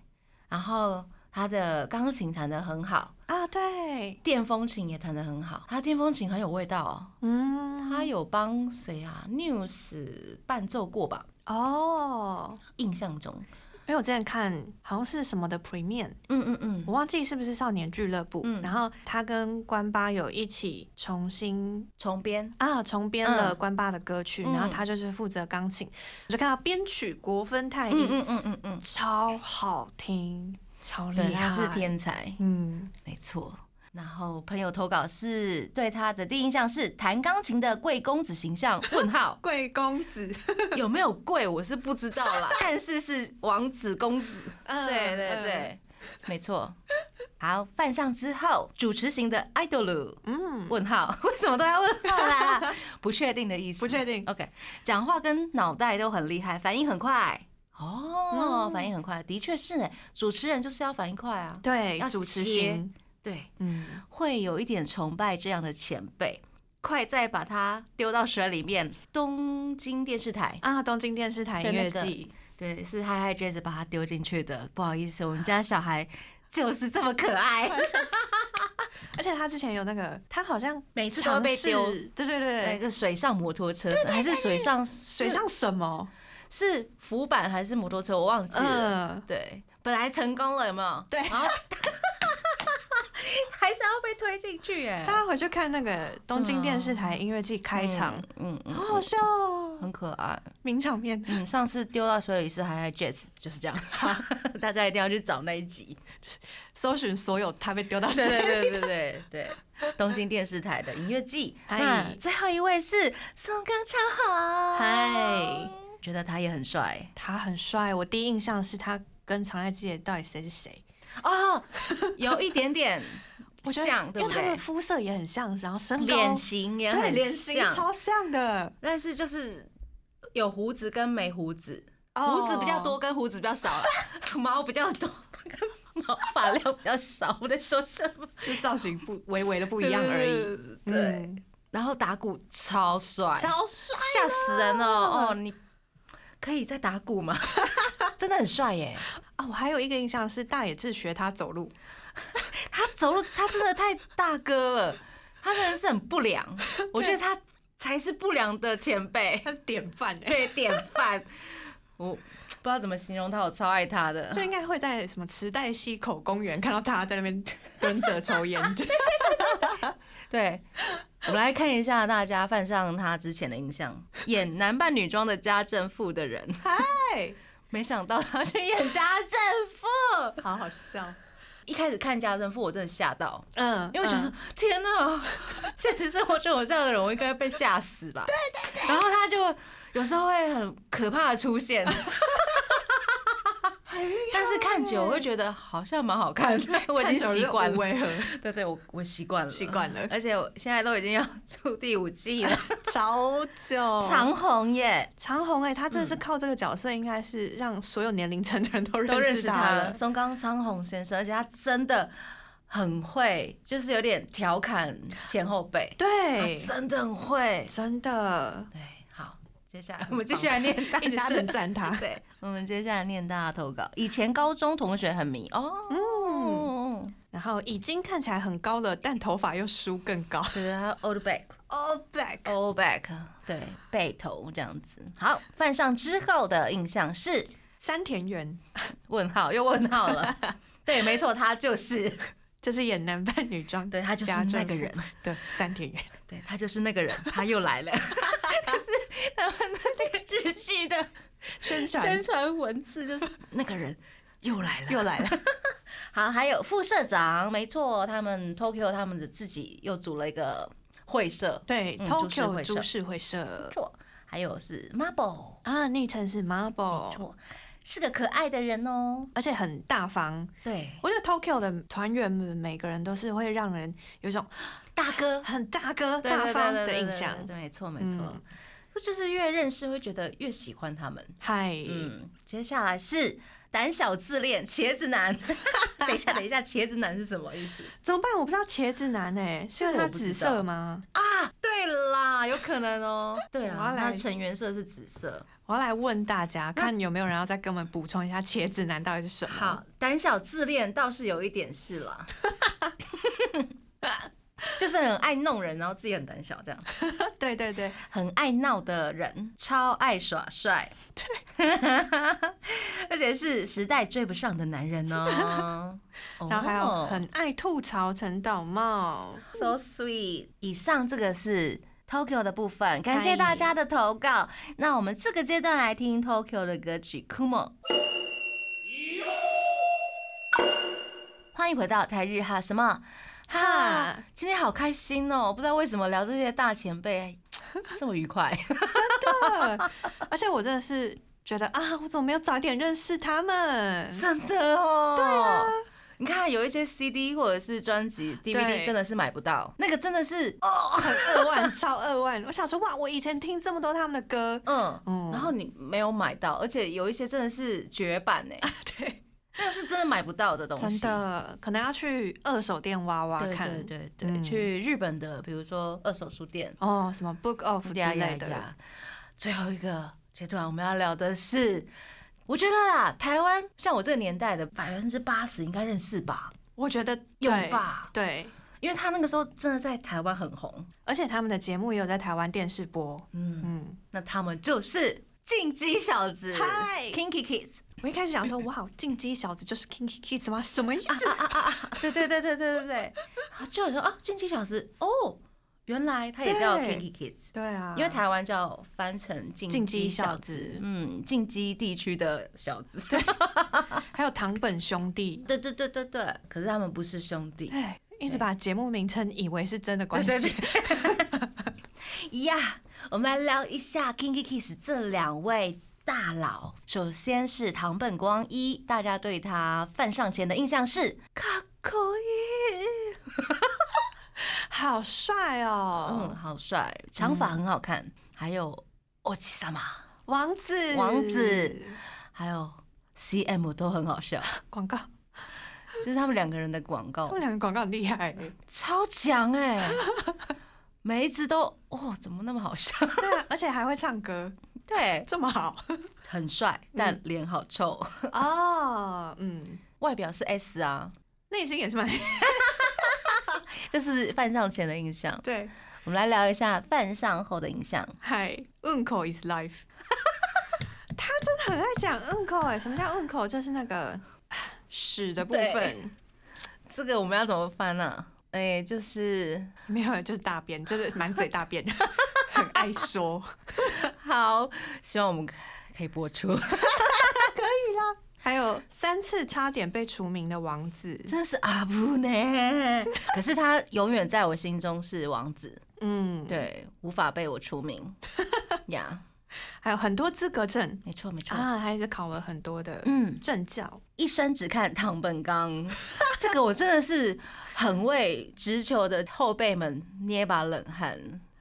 S2: 然后他的钢琴弹得很好，
S3: 啊，对，
S2: 电风琴也弹得很好，他电风琴很有味道哦。
S3: 嗯，
S2: 他有帮谁啊？News 伴奏过吧？
S3: 哦，
S2: 印象中，
S3: 因为我之前看好像是什么的 Premiere，
S2: 嗯嗯嗯，
S3: 我忘记是不是少年俱乐部，
S2: 嗯
S3: 然后他跟关八有一起重新
S2: 重编
S3: 啊重编了
S2: 嗯
S3: 关八的歌曲，
S2: 嗯
S3: 然后他就是负责钢琴，我就看到编曲国分太一、
S2: 嗯嗯嗯嗯嗯，
S3: 超好听，超厉
S2: 对，
S3: 害，
S2: 他是，天才，
S3: 嗯，
S2: 没错。
S4: 然后朋友投稿是对他的第一印象是弹钢琴的贵公子形象。
S2: 问号
S3: 贵公子，
S2: 有没有贵，我是不知道啦，但是是王子公子，
S3: 嗯
S2: 对对，对，没错。好，犯上之后，主持型的 idol，
S3: 嗯，
S2: 问号， 为什么都要问号 啦？不确定的意思，
S3: 不确定
S2: OK，讲话跟脑袋都很厉害，反应很快。哦，
S3: 嗯
S2: 反应很快，的确是呢。主持人就是要反应快啊。
S3: 对，
S2: 要
S3: 主持
S2: 切
S3: 型，
S2: 对，
S3: 嗯，
S2: 会有一点崇拜这样的前辈。快再把他丢到水里面。东京电视台，
S3: 啊，东京电视台
S2: 的
S3: 音乐
S2: 那个
S3: 季，
S2: 对，是嗨嗨 Jazz 把他丢进去的。不好意思，我们家小孩就是这么可 爱，
S3: 而且他之前有那个，他好像
S2: 每次都会被
S3: 尝试
S2: 丢。
S3: 对
S2: 那
S3: 对对，
S2: 个水上摩托车还是水上
S3: 水上什么？
S2: 是是浮板还是摩托车，我忘记了。
S3: 嗯，
S2: 对，本来成功了有没有？
S3: 对
S2: 然后 还是要被推进去哎
S3: 大家回去看那个东京电视台音乐季开场，，
S2: 嗯嗯
S3: 好好笑
S2: 嗯，
S3: 哦，
S2: 很可爱。
S3: 名场面。
S2: 嗯，上次丢到水里是还还 Jazz，就是这样， 大家一定要去找那一集。
S3: 搜寻所有他被丢到
S2: 对
S3: 水里，
S2: 对对对对对，东京电视台的音乐季。
S3: 嗨
S2: 那最后一位是宋刚超好，
S3: 嗨，
S2: 觉得他也很帅
S3: 他很帅。我第一印象是他跟常濑智也到底谁是谁？
S2: 哦，有一点点
S3: 我觉
S2: 像，
S3: 得，
S2: 对
S3: 因
S2: 不
S3: 为他们
S2: 对
S3: 的？肤色也很像，然后身高，
S2: 脸型也
S3: 对，
S2: 很
S3: 脸型
S2: 像。
S3: 超像的，
S2: 但是就是有胡子跟没胡子，
S3: 哦
S2: 胡子比较多，跟胡子比较 少，啊毛比较多跟毛发量比较少。我在说什么？
S3: 就造型不微微的不一样而已。。
S2: 对，
S3: 嗯，
S2: 然后打鼓超帅，
S3: 超帅。
S2: 吓死人了！哦，你可以再打鼓吗？真的很帅耶！
S3: 啊，我还有一个印象是大野智学他走路，
S2: 他走路，他真的太大哥了。他真的是很不良，我觉得他才是不良的前辈，
S3: 他是典范哎、
S2: 对典欸范。 我不知道怎么形容他，我超爱他的。
S3: 就应该会在什么池袋西口公园看到他在那边蹲着抽 烟，
S2: 对，我们来看一下大家犯上他之前的印象。演男扮女装的家政妇的人，
S3: 嗨，
S2: 没想到他去演家政妇。
S3: 好好笑。
S2: 一开始看家政妇，我真的吓到，
S3: 嗯，
S2: 因为我觉得、天哪， 现实生活中有这样的人，我应该被吓死吧？对对对。然后他就有时候会很可怕的出现，但是看久我会觉得好像蛮好看的，我已经习惯了。
S3: 为何
S2: 对对，我我习惯了，
S3: 习惯了
S2: 而且我现在都已经要出第五季了，
S3: 超久
S5: 长虹耶，
S3: 长虹哎、他
S2: 嗯
S3: 真的是靠这个角色，应该是让所有年龄层的人都
S2: 都认
S3: 认
S2: 识
S3: 他
S2: 他了，
S3: 了。
S2: 松冈昌宏先生，而且他真的很会，就是有点调侃前后辈，
S3: 对，
S2: 真的很会。
S3: 真的
S2: 对，好，接下来我们继续来 念大
S3: 一直
S2: 家
S3: 盛
S2: 的。
S3: 赞他。
S2: 对，我们接下来念大家投稿。以前高中同学很迷哦，嗯，
S3: 然后已经看起来很高了，但头发又梳更高。
S2: 觉得他 old back。
S3: All back，
S2: o back，对，背头这样子。好，犯上之后的印象是
S3: 三田园
S2: 问号又问号 了。对，没错，他就是，
S3: 就是演男扮女装，
S2: 对他就是
S3: 家政
S2: 那个
S3: 妇
S2: 人，
S3: 对，三田园。
S2: 对他就是那个 人，他又来了。但是他们那个日剧的
S3: 宣
S2: 宣
S3: 传
S2: 传文字 就是那个人又来了。
S3: 又来 了，
S2: 好，还有副社长，没错，他们 Tokyo 他们的自己又组了一个会社，
S3: 对
S2: 嗯
S3: ，Tokyo
S2: 株
S3: 株
S2: 式
S3: 式会社
S2: 没错，还有是 Marble，
S3: 啊，昵称是
S2: 没
S3: Marble，
S2: 错，是个可爱的人哦。
S3: 而且很大方。
S2: 对，
S3: 我觉得 Tokyo 的团员们每个人都是会让人有一种
S2: 大哥，
S3: 很大哥
S2: 对对
S3: 大
S2: 对
S3: 方
S2: 对
S3: 的
S2: 对
S3: 印
S2: 对
S3: 象
S2: 对。对没错没错
S3: 嗯，
S2: 就是越认识会觉得越喜欢他们。
S3: 嗨，
S2: 嗯，接下来是胆小自恋茄子男。 等一下，等一下，茄子男是什么意思
S3: 怎么办？我不知道茄子男哎，是因
S2: 这
S3: 为
S2: 个
S3: 他
S2: 我不知
S3: 紫色吗？
S2: 啊？对啦，有可能 哦。对
S3: 我要
S2: 啊，
S3: 来
S2: 他的成员色是紫色。
S3: 我要来问大家，看有没有人要再跟我们补充一下茄子男到底是什么？
S2: 好，胆小自恋倒是有一点是啦， 就是很爱弄人，然后自己很胆小，这样
S3: 哦对对对，
S2: 很爱闹的人，超爱耍帅，对， 而且是时代追不上的男人哦。
S3: 然后还有
S2: 哦
S3: 很爱吐槽陈导茂，
S2: So sweet。以上这个是 Tokyo 的部分，感谢大家的投稿。那我们这个阶段来听 Tokyo 的歌曲《Kumo》。欢迎回到台日哈什么哈
S3: 哈？
S2: 今天好开心哦！不知道为什么聊这些大前辈这么愉 快。
S3: 而且我真的是觉得啊，我怎么没有早一点认识他们？
S2: 真的哦。对啊。你看，有一些 CD 或者是专辑、DVD
S3: 对
S2: 真的是买不到，那个真的是，
S3: 很二万，超二万！我想说，哇，我以前听这么多他们的歌，
S2: 嗯，
S3: 嗯，
S2: 然后你没有买到，而且有一些真的是绝版哎，
S3: 对，
S2: 那是真的买不到的东西。
S3: 真的可能要去二手店挖挖
S2: 对
S3: 看，
S2: 对对对，
S3: 嗯
S2: 去日本的，比如说二手书店
S3: 哦，什么 Book Off
S2: 呀
S3: 之
S2: 呀
S3: 类的，
S2: 呀最后一个阶段，我们要聊的是，我觉得啦，台湾像我这个年代的百分之八十应该认识吧，
S3: 我觉得
S2: 有
S3: 对
S2: 吧？
S3: 对，
S2: 因为他那个时候真的在台湾很红。
S3: 而且他们的节目也有在台湾电视播，
S2: 嗯，
S3: 嗯。
S2: 那他们就是进击小子
S3: 嗨
S2: ，Kinky Kids。
S3: 我一开始想说，哇，进击小子就是 Kinky Kids 吗？什么意
S2: 啊
S3: 思？
S2: 对对对对对对对，然后 就有说啊，进击小子哦，原来他也叫
S3: 对
S2: Kinky Kids。
S3: 对啊，
S2: 因为台湾叫翻成进
S3: 进击
S2: 小
S3: 小
S2: 子
S3: 子，
S2: 嗯，进击地区的小子，对
S3: 还有堂本兄弟，
S2: 对对对对对，可是他们不是兄弟
S3: 哎，一直把节目名称以为是真的关
S2: 对
S3: 系
S2: 对，呀。我们来聊一下 Kinky Kiss 这两位大佬，首先是唐本光一，大家对他犯上前的印象是卡可以，
S3: 好帅
S2: 嗯，
S3: 哦，
S2: 好帅，长发很好看，还有我七萨玛，
S3: 王子，
S2: 王子还有 CM 都很好笑，
S3: 广告，
S2: 就是他们两个人的广告
S3: 他们两个广告很厉害，
S2: 超强哎、 每一只都哦，怎么那么好笑？
S3: 对啊，而且还会唱歌，
S2: 对，
S3: 这 么好
S2: 很帅，但脸好臭，
S3: 哦，嗯，
S2: 外表是 S 啊，
S3: 内心也是蛮，
S2: 这是犯上前的印象。
S3: 对，
S2: 我们来聊一下犯上后的印象。
S3: 嗨，嗯口 is life。他真的很爱讲嗯口哎，什么叫嗯口？就是那个啊屎的部分，
S2: 这个我们要怎么翻呢、啊？哎、就是
S3: 没有，就是大便，就是满嘴大 便，很爱说。
S2: 好，希望我们可可以播出。
S3: 还有三次差点被除名的王子，
S2: 真的是阿布 呢，可是他永远在我心中是王子，
S3: 嗯，，
S2: 对，无法被我除 名。呀、
S3: 还有很多资格证
S2: 没错没错。
S3: 啊，还是考了很多的
S2: 嗯，
S3: 证照。
S2: 一生只看唐本刚， 这个我真的是很为直球的后辈们捏把冷汗。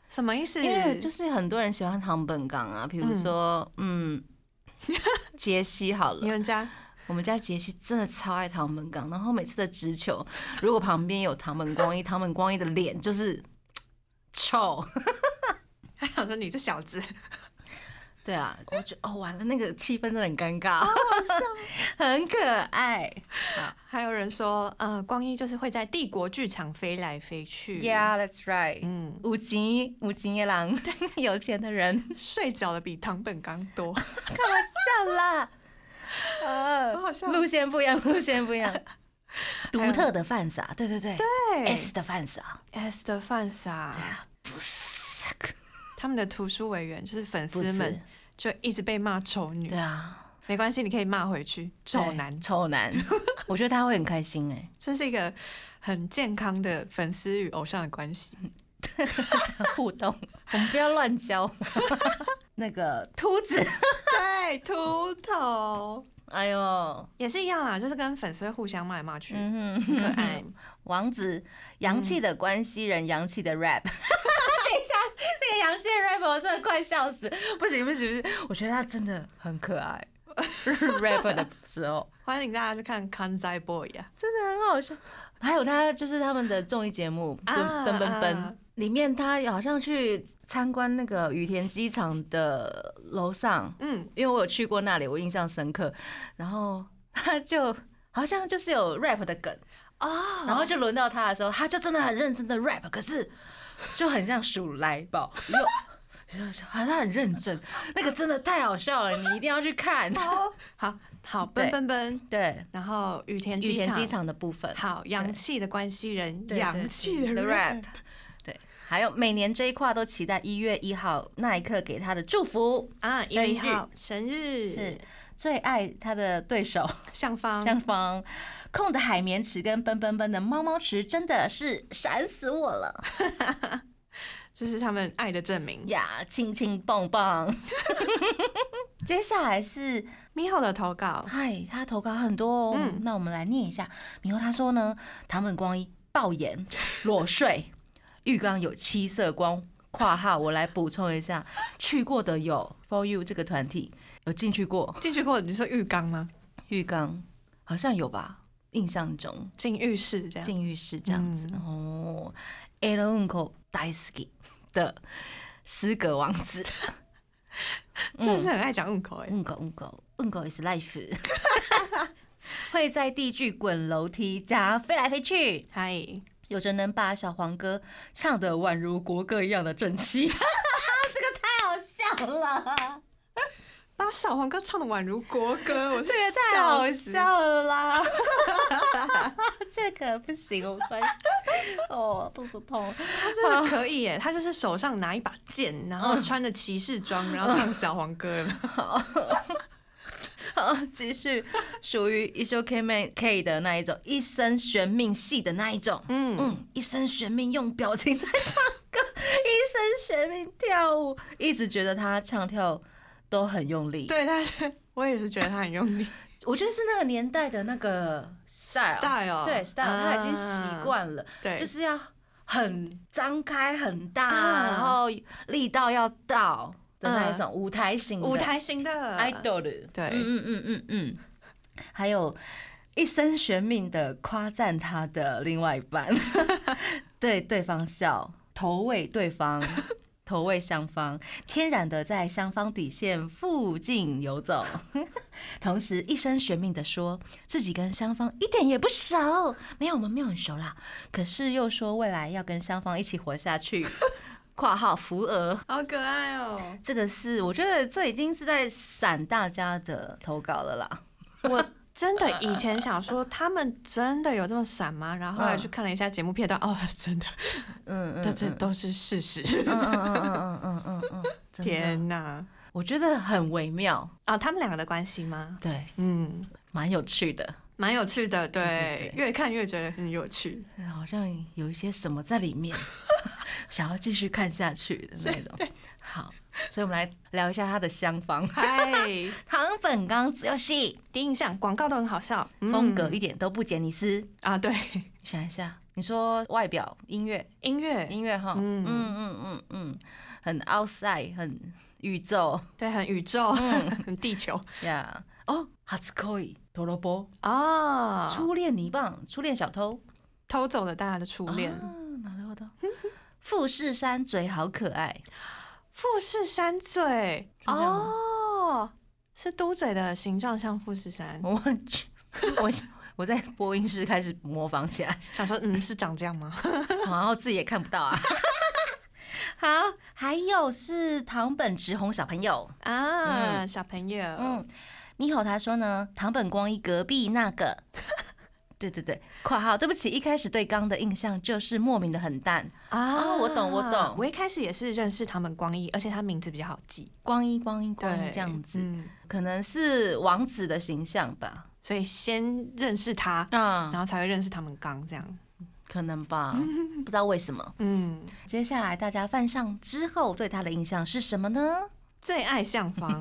S3: 什么意思？
S2: 因为就是很多人喜欢唐本刚啊，比如说，嗯，杰、西好
S3: 你
S2: 了，
S3: 们家
S2: 我们家杰西真的超爱唐本刚，然后每次的直球，如果旁边有唐本光一，唐本光一的脸就是嘖 臭，
S3: 还想说你这小子，
S2: 对啊，我觉得哦完了，那个气氛真的很尴尬， 很可爱
S3: 还有人说，呃，光一就是会在帝国剧场飞来飞去。
S2: ，Yeah, that's right。
S3: 嗯，
S2: 五级五级野 狼，有钱的人，
S3: 睡着的比唐本刚 多。
S2: 笑啦，啊
S3: 好好笑
S2: 路线不一样，路线不一样，独
S3: 有
S2: 特的犯傻，对对对
S3: 对
S2: S 的犯傻，
S3: S 的犯
S2: 啊
S3: 傻，他们的图书委员就是粉
S2: 不
S3: 丝
S2: 是
S3: 们，，就一直被骂丑女
S2: 对。啊，
S3: 没关系，你可以骂回去，丑
S2: 对
S3: 男。
S2: 丑男，我觉得他会很开心哎、
S3: 这是一个很健康的粉丝与偶像的关系。
S2: 嗯互动，我们不要乱教。 那个秃子，
S3: 对，秃头
S2: 哎呦，
S3: 也是一样啦，就是跟粉丝互相骂来骂去，
S2: 嗯
S3: 很可
S2: 哼，
S3: 爱。
S2: 王子，洋气的关西人，洋气的 rap。等 一下，那个洋气的 rap 我真的快笑死，不行不行不行，我觉得他真的很可 爱，rap 的时候
S3: 欢迎大家去看《Kanzai Boy》啊，
S2: 真的很好笑。还有他就是他们的综艺节目《
S3: 啊
S2: 奔奔奔奔》
S3: 啊
S2: 里面，他好像去参观那个羽田机场的楼上，
S3: 嗯，
S2: 因为我有去过那里，我印象深刻。然后他就好像就是有 rap 的梗哦，然后就轮到他的时候，他就真的很认真的 rap，可是就很像鼠来宝，又就是好像很认真，那个真的太好笑了，你一定要去 看。
S3: 好好奔
S2: 对
S3: 奔奔，
S2: 对，
S3: 然后羽田
S2: 羽
S3: 机
S2: 田
S3: 场，
S2: 机场的部分，
S3: 好洋气的关系人，
S2: 对对
S3: 洋气的
S2: 对
S3: rap，
S2: rap，对，还有每年这一跨都期待一月一号那一刻给他的祝福，
S3: 啊，一
S2: 生
S3: 月
S2: 日
S3: 一号生日
S2: 是最爱他的对手。
S3: 上方，
S2: 上方空的海绵池跟奔奔奔的猫猫池真的是闪死我了
S3: 这是他们爱的证明。
S2: 呀！亲亲棒棒。 接下来是
S3: 咪后的投稿，
S2: 嗨，他投稿很多哦，
S3: 嗯
S2: 那我们来念一下。米后他说呢，唐本光一爆眼裸睡， 浴缸有七色光。括号我来补充一下，去过的有 For You 这个团体有进去过
S3: 进去过你说浴缸吗？
S2: 浴缸，好像有吧，印象中。
S3: 进浴室这样，
S2: 禁欲室这样子、哦。L Uncle d a i s k i 的斯格王 子嗯
S3: 真的是很爱讲入口哎。
S2: ，Uncle Uncle Uncle is life，会在地剧滚楼梯，夹飞来飞去，
S3: 嗨，
S2: 有着能把小黄歌唱得宛如国歌一样的正 气。这个太好笑了，
S3: 把小黄歌唱的宛如国歌，我这
S2: 这个太好笑了啦！ 这个不行，我快哦肚子痛。
S3: 他真的可以耶！他就是手上拿一把剑，然后穿着骑士装，然后
S2: 嗯
S3: 唱小黄 歌了。
S2: 好， 继续属于一休 K man K 的那一种，一生悬命系的那一种。嗯
S3: 嗯，
S2: 一生悬命用表情在唱歌，一生悬命跳舞，一直觉得他唱跳都很用力。，
S3: 对，但是我也是觉得他很用力。
S2: 我觉得是那个年代的那个 style，,
S3: Style，
S2: 对 style，、
S3: 啊
S2: 他已经习惯了，
S3: 对，
S2: 就是要很张开很大，
S3: 啊嗯
S2: 然后力道要到的那一种舞台型的
S3: 舞台型的
S2: idol 的，
S3: 对
S2: 嗯嗯嗯嗯嗯，还有一生悬命的夸赞他的另外一半，对对方笑，投喂对方， 投喂香方，天然的在香方底线附近游走， 同时一生悬命的说自己跟香方一点也不熟，没有我们没有很熟啦，可是又说未来要跟香方一起活下去。括号扶额，
S3: 好可爱哦！
S2: 这个是我觉得这已经是在闪大家的投稿了啦。
S3: 我真的以前想说他们真的有这么闪吗？然后后来去看了一下节目片段，哦， 真的，
S2: 嗯嗯
S3: 但这都是事实。
S2: 嗯嗯嗯嗯嗯嗯嗯，嗯，真的
S3: 天哪！
S2: 我觉得很微妙，
S3: 啊，他们两个的关系吗？
S2: 对，
S3: 嗯，
S2: 蛮有趣的，
S3: 蛮有趣的，对，
S2: 对对
S3: 越看越觉得很有趣。
S2: 好像有一些什么在里 面，想要继续看下去的那种。好，所以我们来聊一下他的香 方。
S3: 嗨，
S2: 唐本刚子由系
S3: 第一印象广告都很好笑，嗯
S2: 风格一点都不杰尼斯。
S3: 啊，对，
S2: 想一下，你说外表、音乐、
S3: 音乐，
S2: 音乐哈，嗯
S3: 嗯
S2: 嗯嗯嗯，很 outside，很宇宙
S3: 对，很宇宙， 很地球
S2: 呀。哦，哈兹科伊陀罗波，
S3: 啊，
S2: 初恋泥棒，初恋小偷，
S3: 偷走了大家的初恋。
S2: 啊，哪来的？ 富士山嘴好可爱，
S3: 富士山嘴
S2: 这样吗
S3: 哦，是嘟嘴的形状像富士 山，
S2: 我忘记我 我在播音室开始模仿起 来，
S3: 想说嗯是长这样吗？
S2: 然后自己也看不到啊。 好，还有是堂本直弘小朋友，
S3: 啊，小朋友，
S2: 嗯，猕猴他说呢，堂本光一隔壁那 个，对对对，括号对不起，一开始对刚的印象就是莫名的很淡，
S3: 啊
S2: 哦我懂我懂
S3: 我一开始也是认识他们光一，而且他名字比较好记，
S2: 光一光一光一
S3: 对，
S2: 这样子，
S3: 嗯
S2: 可能是王子的形象吧，
S3: 所以先认识他，
S2: 啊、
S3: 然后才会认识他们刚这样。
S2: 可能吧，不知道为什么。
S3: 嗯，
S2: 接下来大家犯上之后对他的印象是什么呢？
S3: 最爱 相方，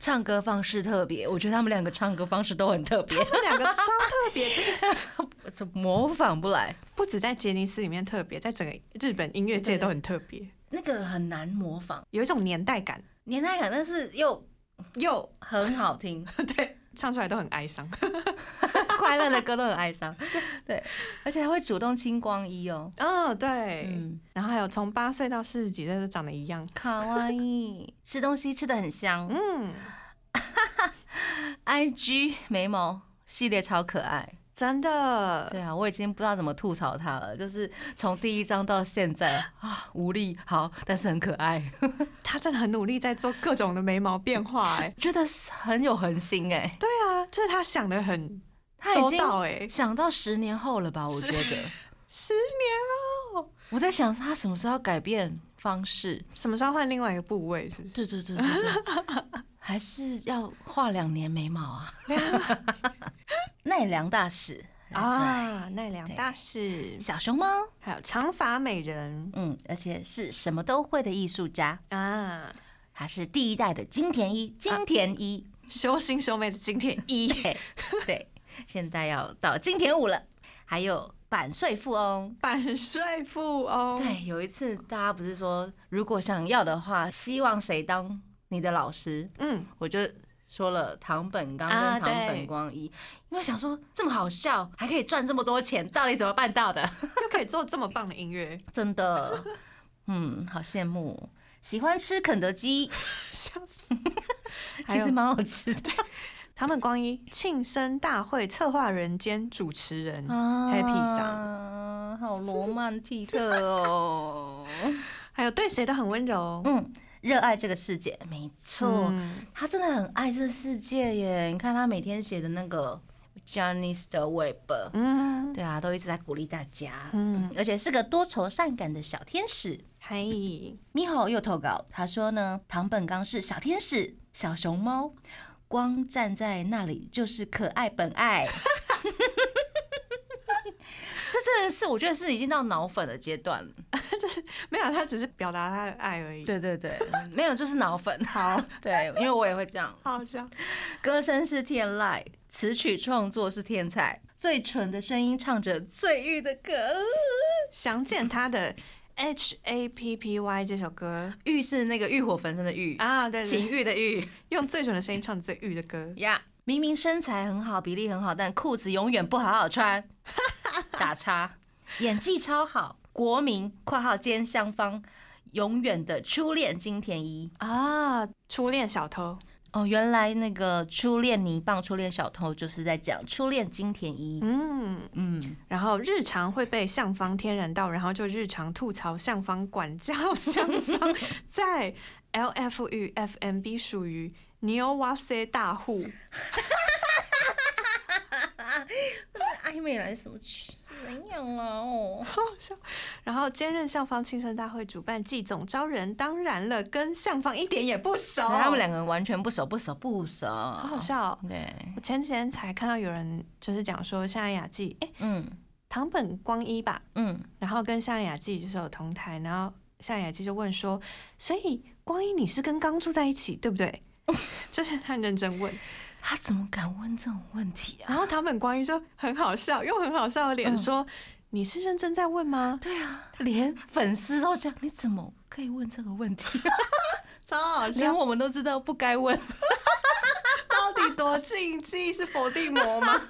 S2: 唱歌方式特别，我觉得他们两个唱歌方式都很特 别，
S3: 他们两个超特别，就是
S2: 模仿不来，
S3: 不止在杰尼斯里面特别，在整个日本音乐界都很特别，
S2: 那个很难模仿，
S3: 有一种年代感，
S2: 年代感，但是又
S3: 又
S2: 很好 听，
S3: 对，唱出来都很哀伤。
S2: 快乐的歌都很哀伤，对，而且他会主动清光一哦，
S3: 嗯，对。
S2: 嗯，
S3: 然后还有从八岁到四十几岁都长得一样。
S2: 卡哇伊， 吃东西吃的很香
S3: 嗯，
S2: ，IG 眉毛系列超可爱，
S3: 真的
S2: 对啊，我已经不知道怎么吐槽他了，就是从第一章到现在啊，无力好，但是很可爱，
S3: 他真的很努力在做各种的眉毛变化、 哎，
S2: 觉得是很有恒心哎、
S3: 对啊，就是他想的很
S2: 他已
S3: 周
S2: 经
S3: 到、哎，
S2: 想到欸十年后了吧？我觉得
S3: 十年哦，
S2: 我在想他什么时候要改变方式？
S3: 什么时候换另外一个部位？是不是？
S2: 对对对对对，还是要画两年眉毛 啊？奈良大使啊，
S3: 啊，奈良大使，
S2: 小熊猫，
S3: 还有长发美人
S2: 嗯，而且是什么都会的艺术家，
S3: 啊，
S2: 他是第一代的金田一，金田一。
S3: 修心修眉的金田一
S2: 对，现在要到金田五了，还有版税富翁。
S3: 版税富翁，
S2: 对，有一次大家不是说，如果想要的话，希望谁当你的老师？
S3: 嗯，
S2: 我就说了唐本刚
S3: 啊
S2: 跟唐
S3: 对
S2: 本光一，因为想说这么好笑，还可以赚这么多钱，到底怎么办到的？
S3: 又可以做这么棒的音乐，
S2: 真的，嗯，好羡慕。喜欢吃肯德 基，
S3: 笑 死！还
S2: 其
S3: 有
S2: 实蛮好吃的
S3: 他们光一庆生大会策划人兼主持人，
S2: 啊
S3: Happy
S2: 桑，啊好罗曼蒂克 哦。
S3: 还有对谁都很温柔。
S2: 嗯，热爱这个世界，没错，
S3: 嗯
S2: 他真的很爱这世界耶。你看他每天写的那个 Johnny's 的 Web，
S3: 嗯，
S2: 对啊，都一直在鼓励大家，
S3: 嗯
S2: 而且是个多愁善感的小天使。
S3: 嗨，
S2: 咪吼又投稿，他说呢，唐本刚是小天使、小熊猫，光站在那里就是可爱本爱。 这真的是，我觉得是已经到脑粉的阶段了。
S3: 没有，他只是表达他的爱而已。
S2: 对对对， 没有就是脑粉。
S3: 好，
S2: 对，因为我也会这样。
S3: 好笑。
S2: 歌声是天籁，词曲创作是天才，最纯的声音唱着最欲的歌，
S3: 想见他的 H A P P Y 这首歌
S2: 欲是那个欲火焚身的欲，
S3: 啊，对
S2: 情
S3: 对，
S2: 欲的欲
S3: 用最准的声音唱最欲的歌。
S2: 呀。明明身材很好， 比例很好，但裤子永远不好好穿，打叉。演技超好，国民（括号兼相方）永远的初恋金田一。
S3: 啊，初恋小偷
S2: 哦，原来那个初恋泥棒、初恋小偷就是在讲初恋金田一。
S3: 嗯，
S2: 嗯，
S3: 然后日常会被向方天然到，然后就日常吐槽向方管教向方，在 L F 与 F M B 属于牛哇塞大户，
S2: 暧昧来什么去？没有啦哦，
S3: 好好笑。然后兼任向方庆生大会主办暨总招人，当然了，跟向方一点也不熟，
S2: 哎他们两个人完全不熟，不熟，不熟。
S3: 好好笑哦、
S2: 对，
S3: 我前几天才看到有人就是讲说夏雅纪，哎、
S2: 嗯
S3: 唐本光一吧，
S2: 嗯，
S3: 然后跟夏雅纪就是有同台，然后夏雅纪就问说，所以光一你是跟刚住在一起对不对？ 就是他很认真问，
S2: 他怎么敢问这种问题 啊？
S3: 然后唐本光一就很好笑，用很好笑的
S2: 嗯
S3: 脸说。你是认真在问吗？
S2: 对啊，连粉丝都讲，你怎么可以问这个问题？啊
S3: 超好
S2: 连
S3: 笑！
S2: 我们都知道不该问。
S3: 到底多禁忌是否定魔吗？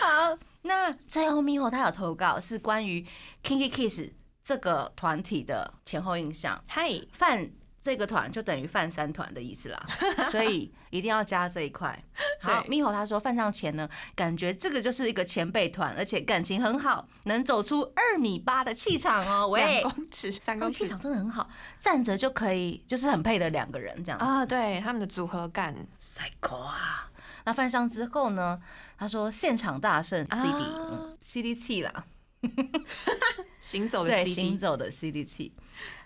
S2: 好， 那最后 Miho 他有投稿是关于 Kinky Kiss 这个团体的前后印 象。
S3: 嗨，
S2: 泛这个团就等于泛三团的意思 啦，所以一定要加这一块。好
S3: 对
S2: ，Miho 他说泛上前呢，感觉这个就是一个前辈团，而且感情很好，能走出二米八的气场 哦。
S3: 两
S2: 喂，
S3: 公尺，三
S2: 他们
S3: 公
S2: 气
S3: 尺
S2: 场真的很好，站着就可以，就是很配的两个人这样。
S3: 啊！对，他们的组合感
S2: psycho 啊。那犯上之后呢？他说现场大胜 CD，、嗯
S3: 啊
S2: CD 器啦，
S3: 行走的
S2: 对，
S3: CD
S2: 行走的 CD 器。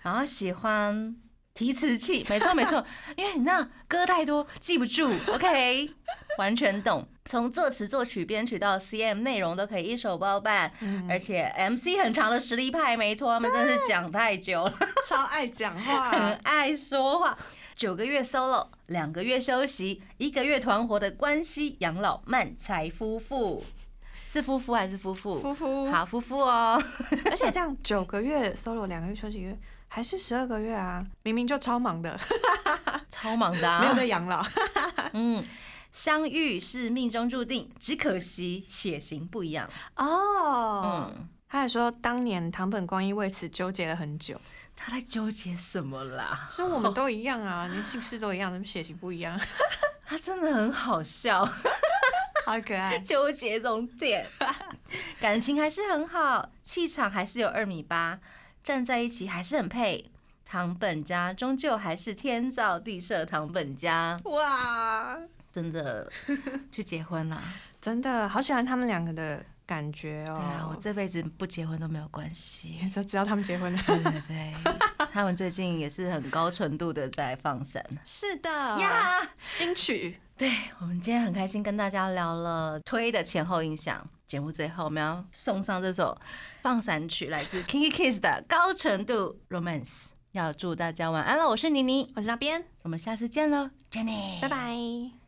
S2: 然后喜欢提词器，没错没错，因为你知道歌太多记不住，OK，完 全懂。从作词、作曲、编曲到 CM 内容都可以一手包办，
S3: 嗯
S2: 而且 MC 很长的实力派，没错，他们真是讲太久了。
S3: 超爱讲
S2: 很，
S3: 话
S2: 爱说话。九个月 solo，两个月休息，一个月团活的关系养老慢才夫妇，是夫妇还是夫妇？
S3: 夫妇。
S2: 好夫妇哦，
S3: 而且这样九个月 solo，两个月休息一个月，还是十二个月啊？明明就超忙的，
S2: 超忙的、
S3: 没有
S2: 啊。
S3: 在养老。
S2: 嗯，相遇是命中注定，只可惜血型不一样。
S3: 啊 哦，
S2: 嗯，
S3: 他还说当年唐本光一为此纠结了很久，
S2: 他在纠结什么啦？
S3: 说我们都一样啊，连姓氏都一样，怎么血型不一样？
S2: 他真的很好笑。
S3: 好可爱。
S2: 纠结总 点，感情还是很好，气场还是有二米八，站在一起还是很配。唐本家终究还是天造地设，唐本家
S3: 哇，
S2: 真的去结婚啦！
S3: 真的好喜欢他们两个的感觉
S2: 对啊，我
S3: 哦。
S2: 这辈子不结婚都没有关系。
S3: 你 就知道他们结婚了。
S2: 对对 对，他们最近也是很高纯度的在放闪
S3: 是的
S2: 呀。
S3: 新曲
S2: 对我们今天很开心跟大家聊了推的前后印象。节目最后我们要送上这首放闪曲，来自 Kinky Kiss 的《高程度 Romance》。要祝大家晚安了，我是妮妮，
S3: 我是那边，
S2: 我们下次见喽，Jenny，
S3: 拜拜。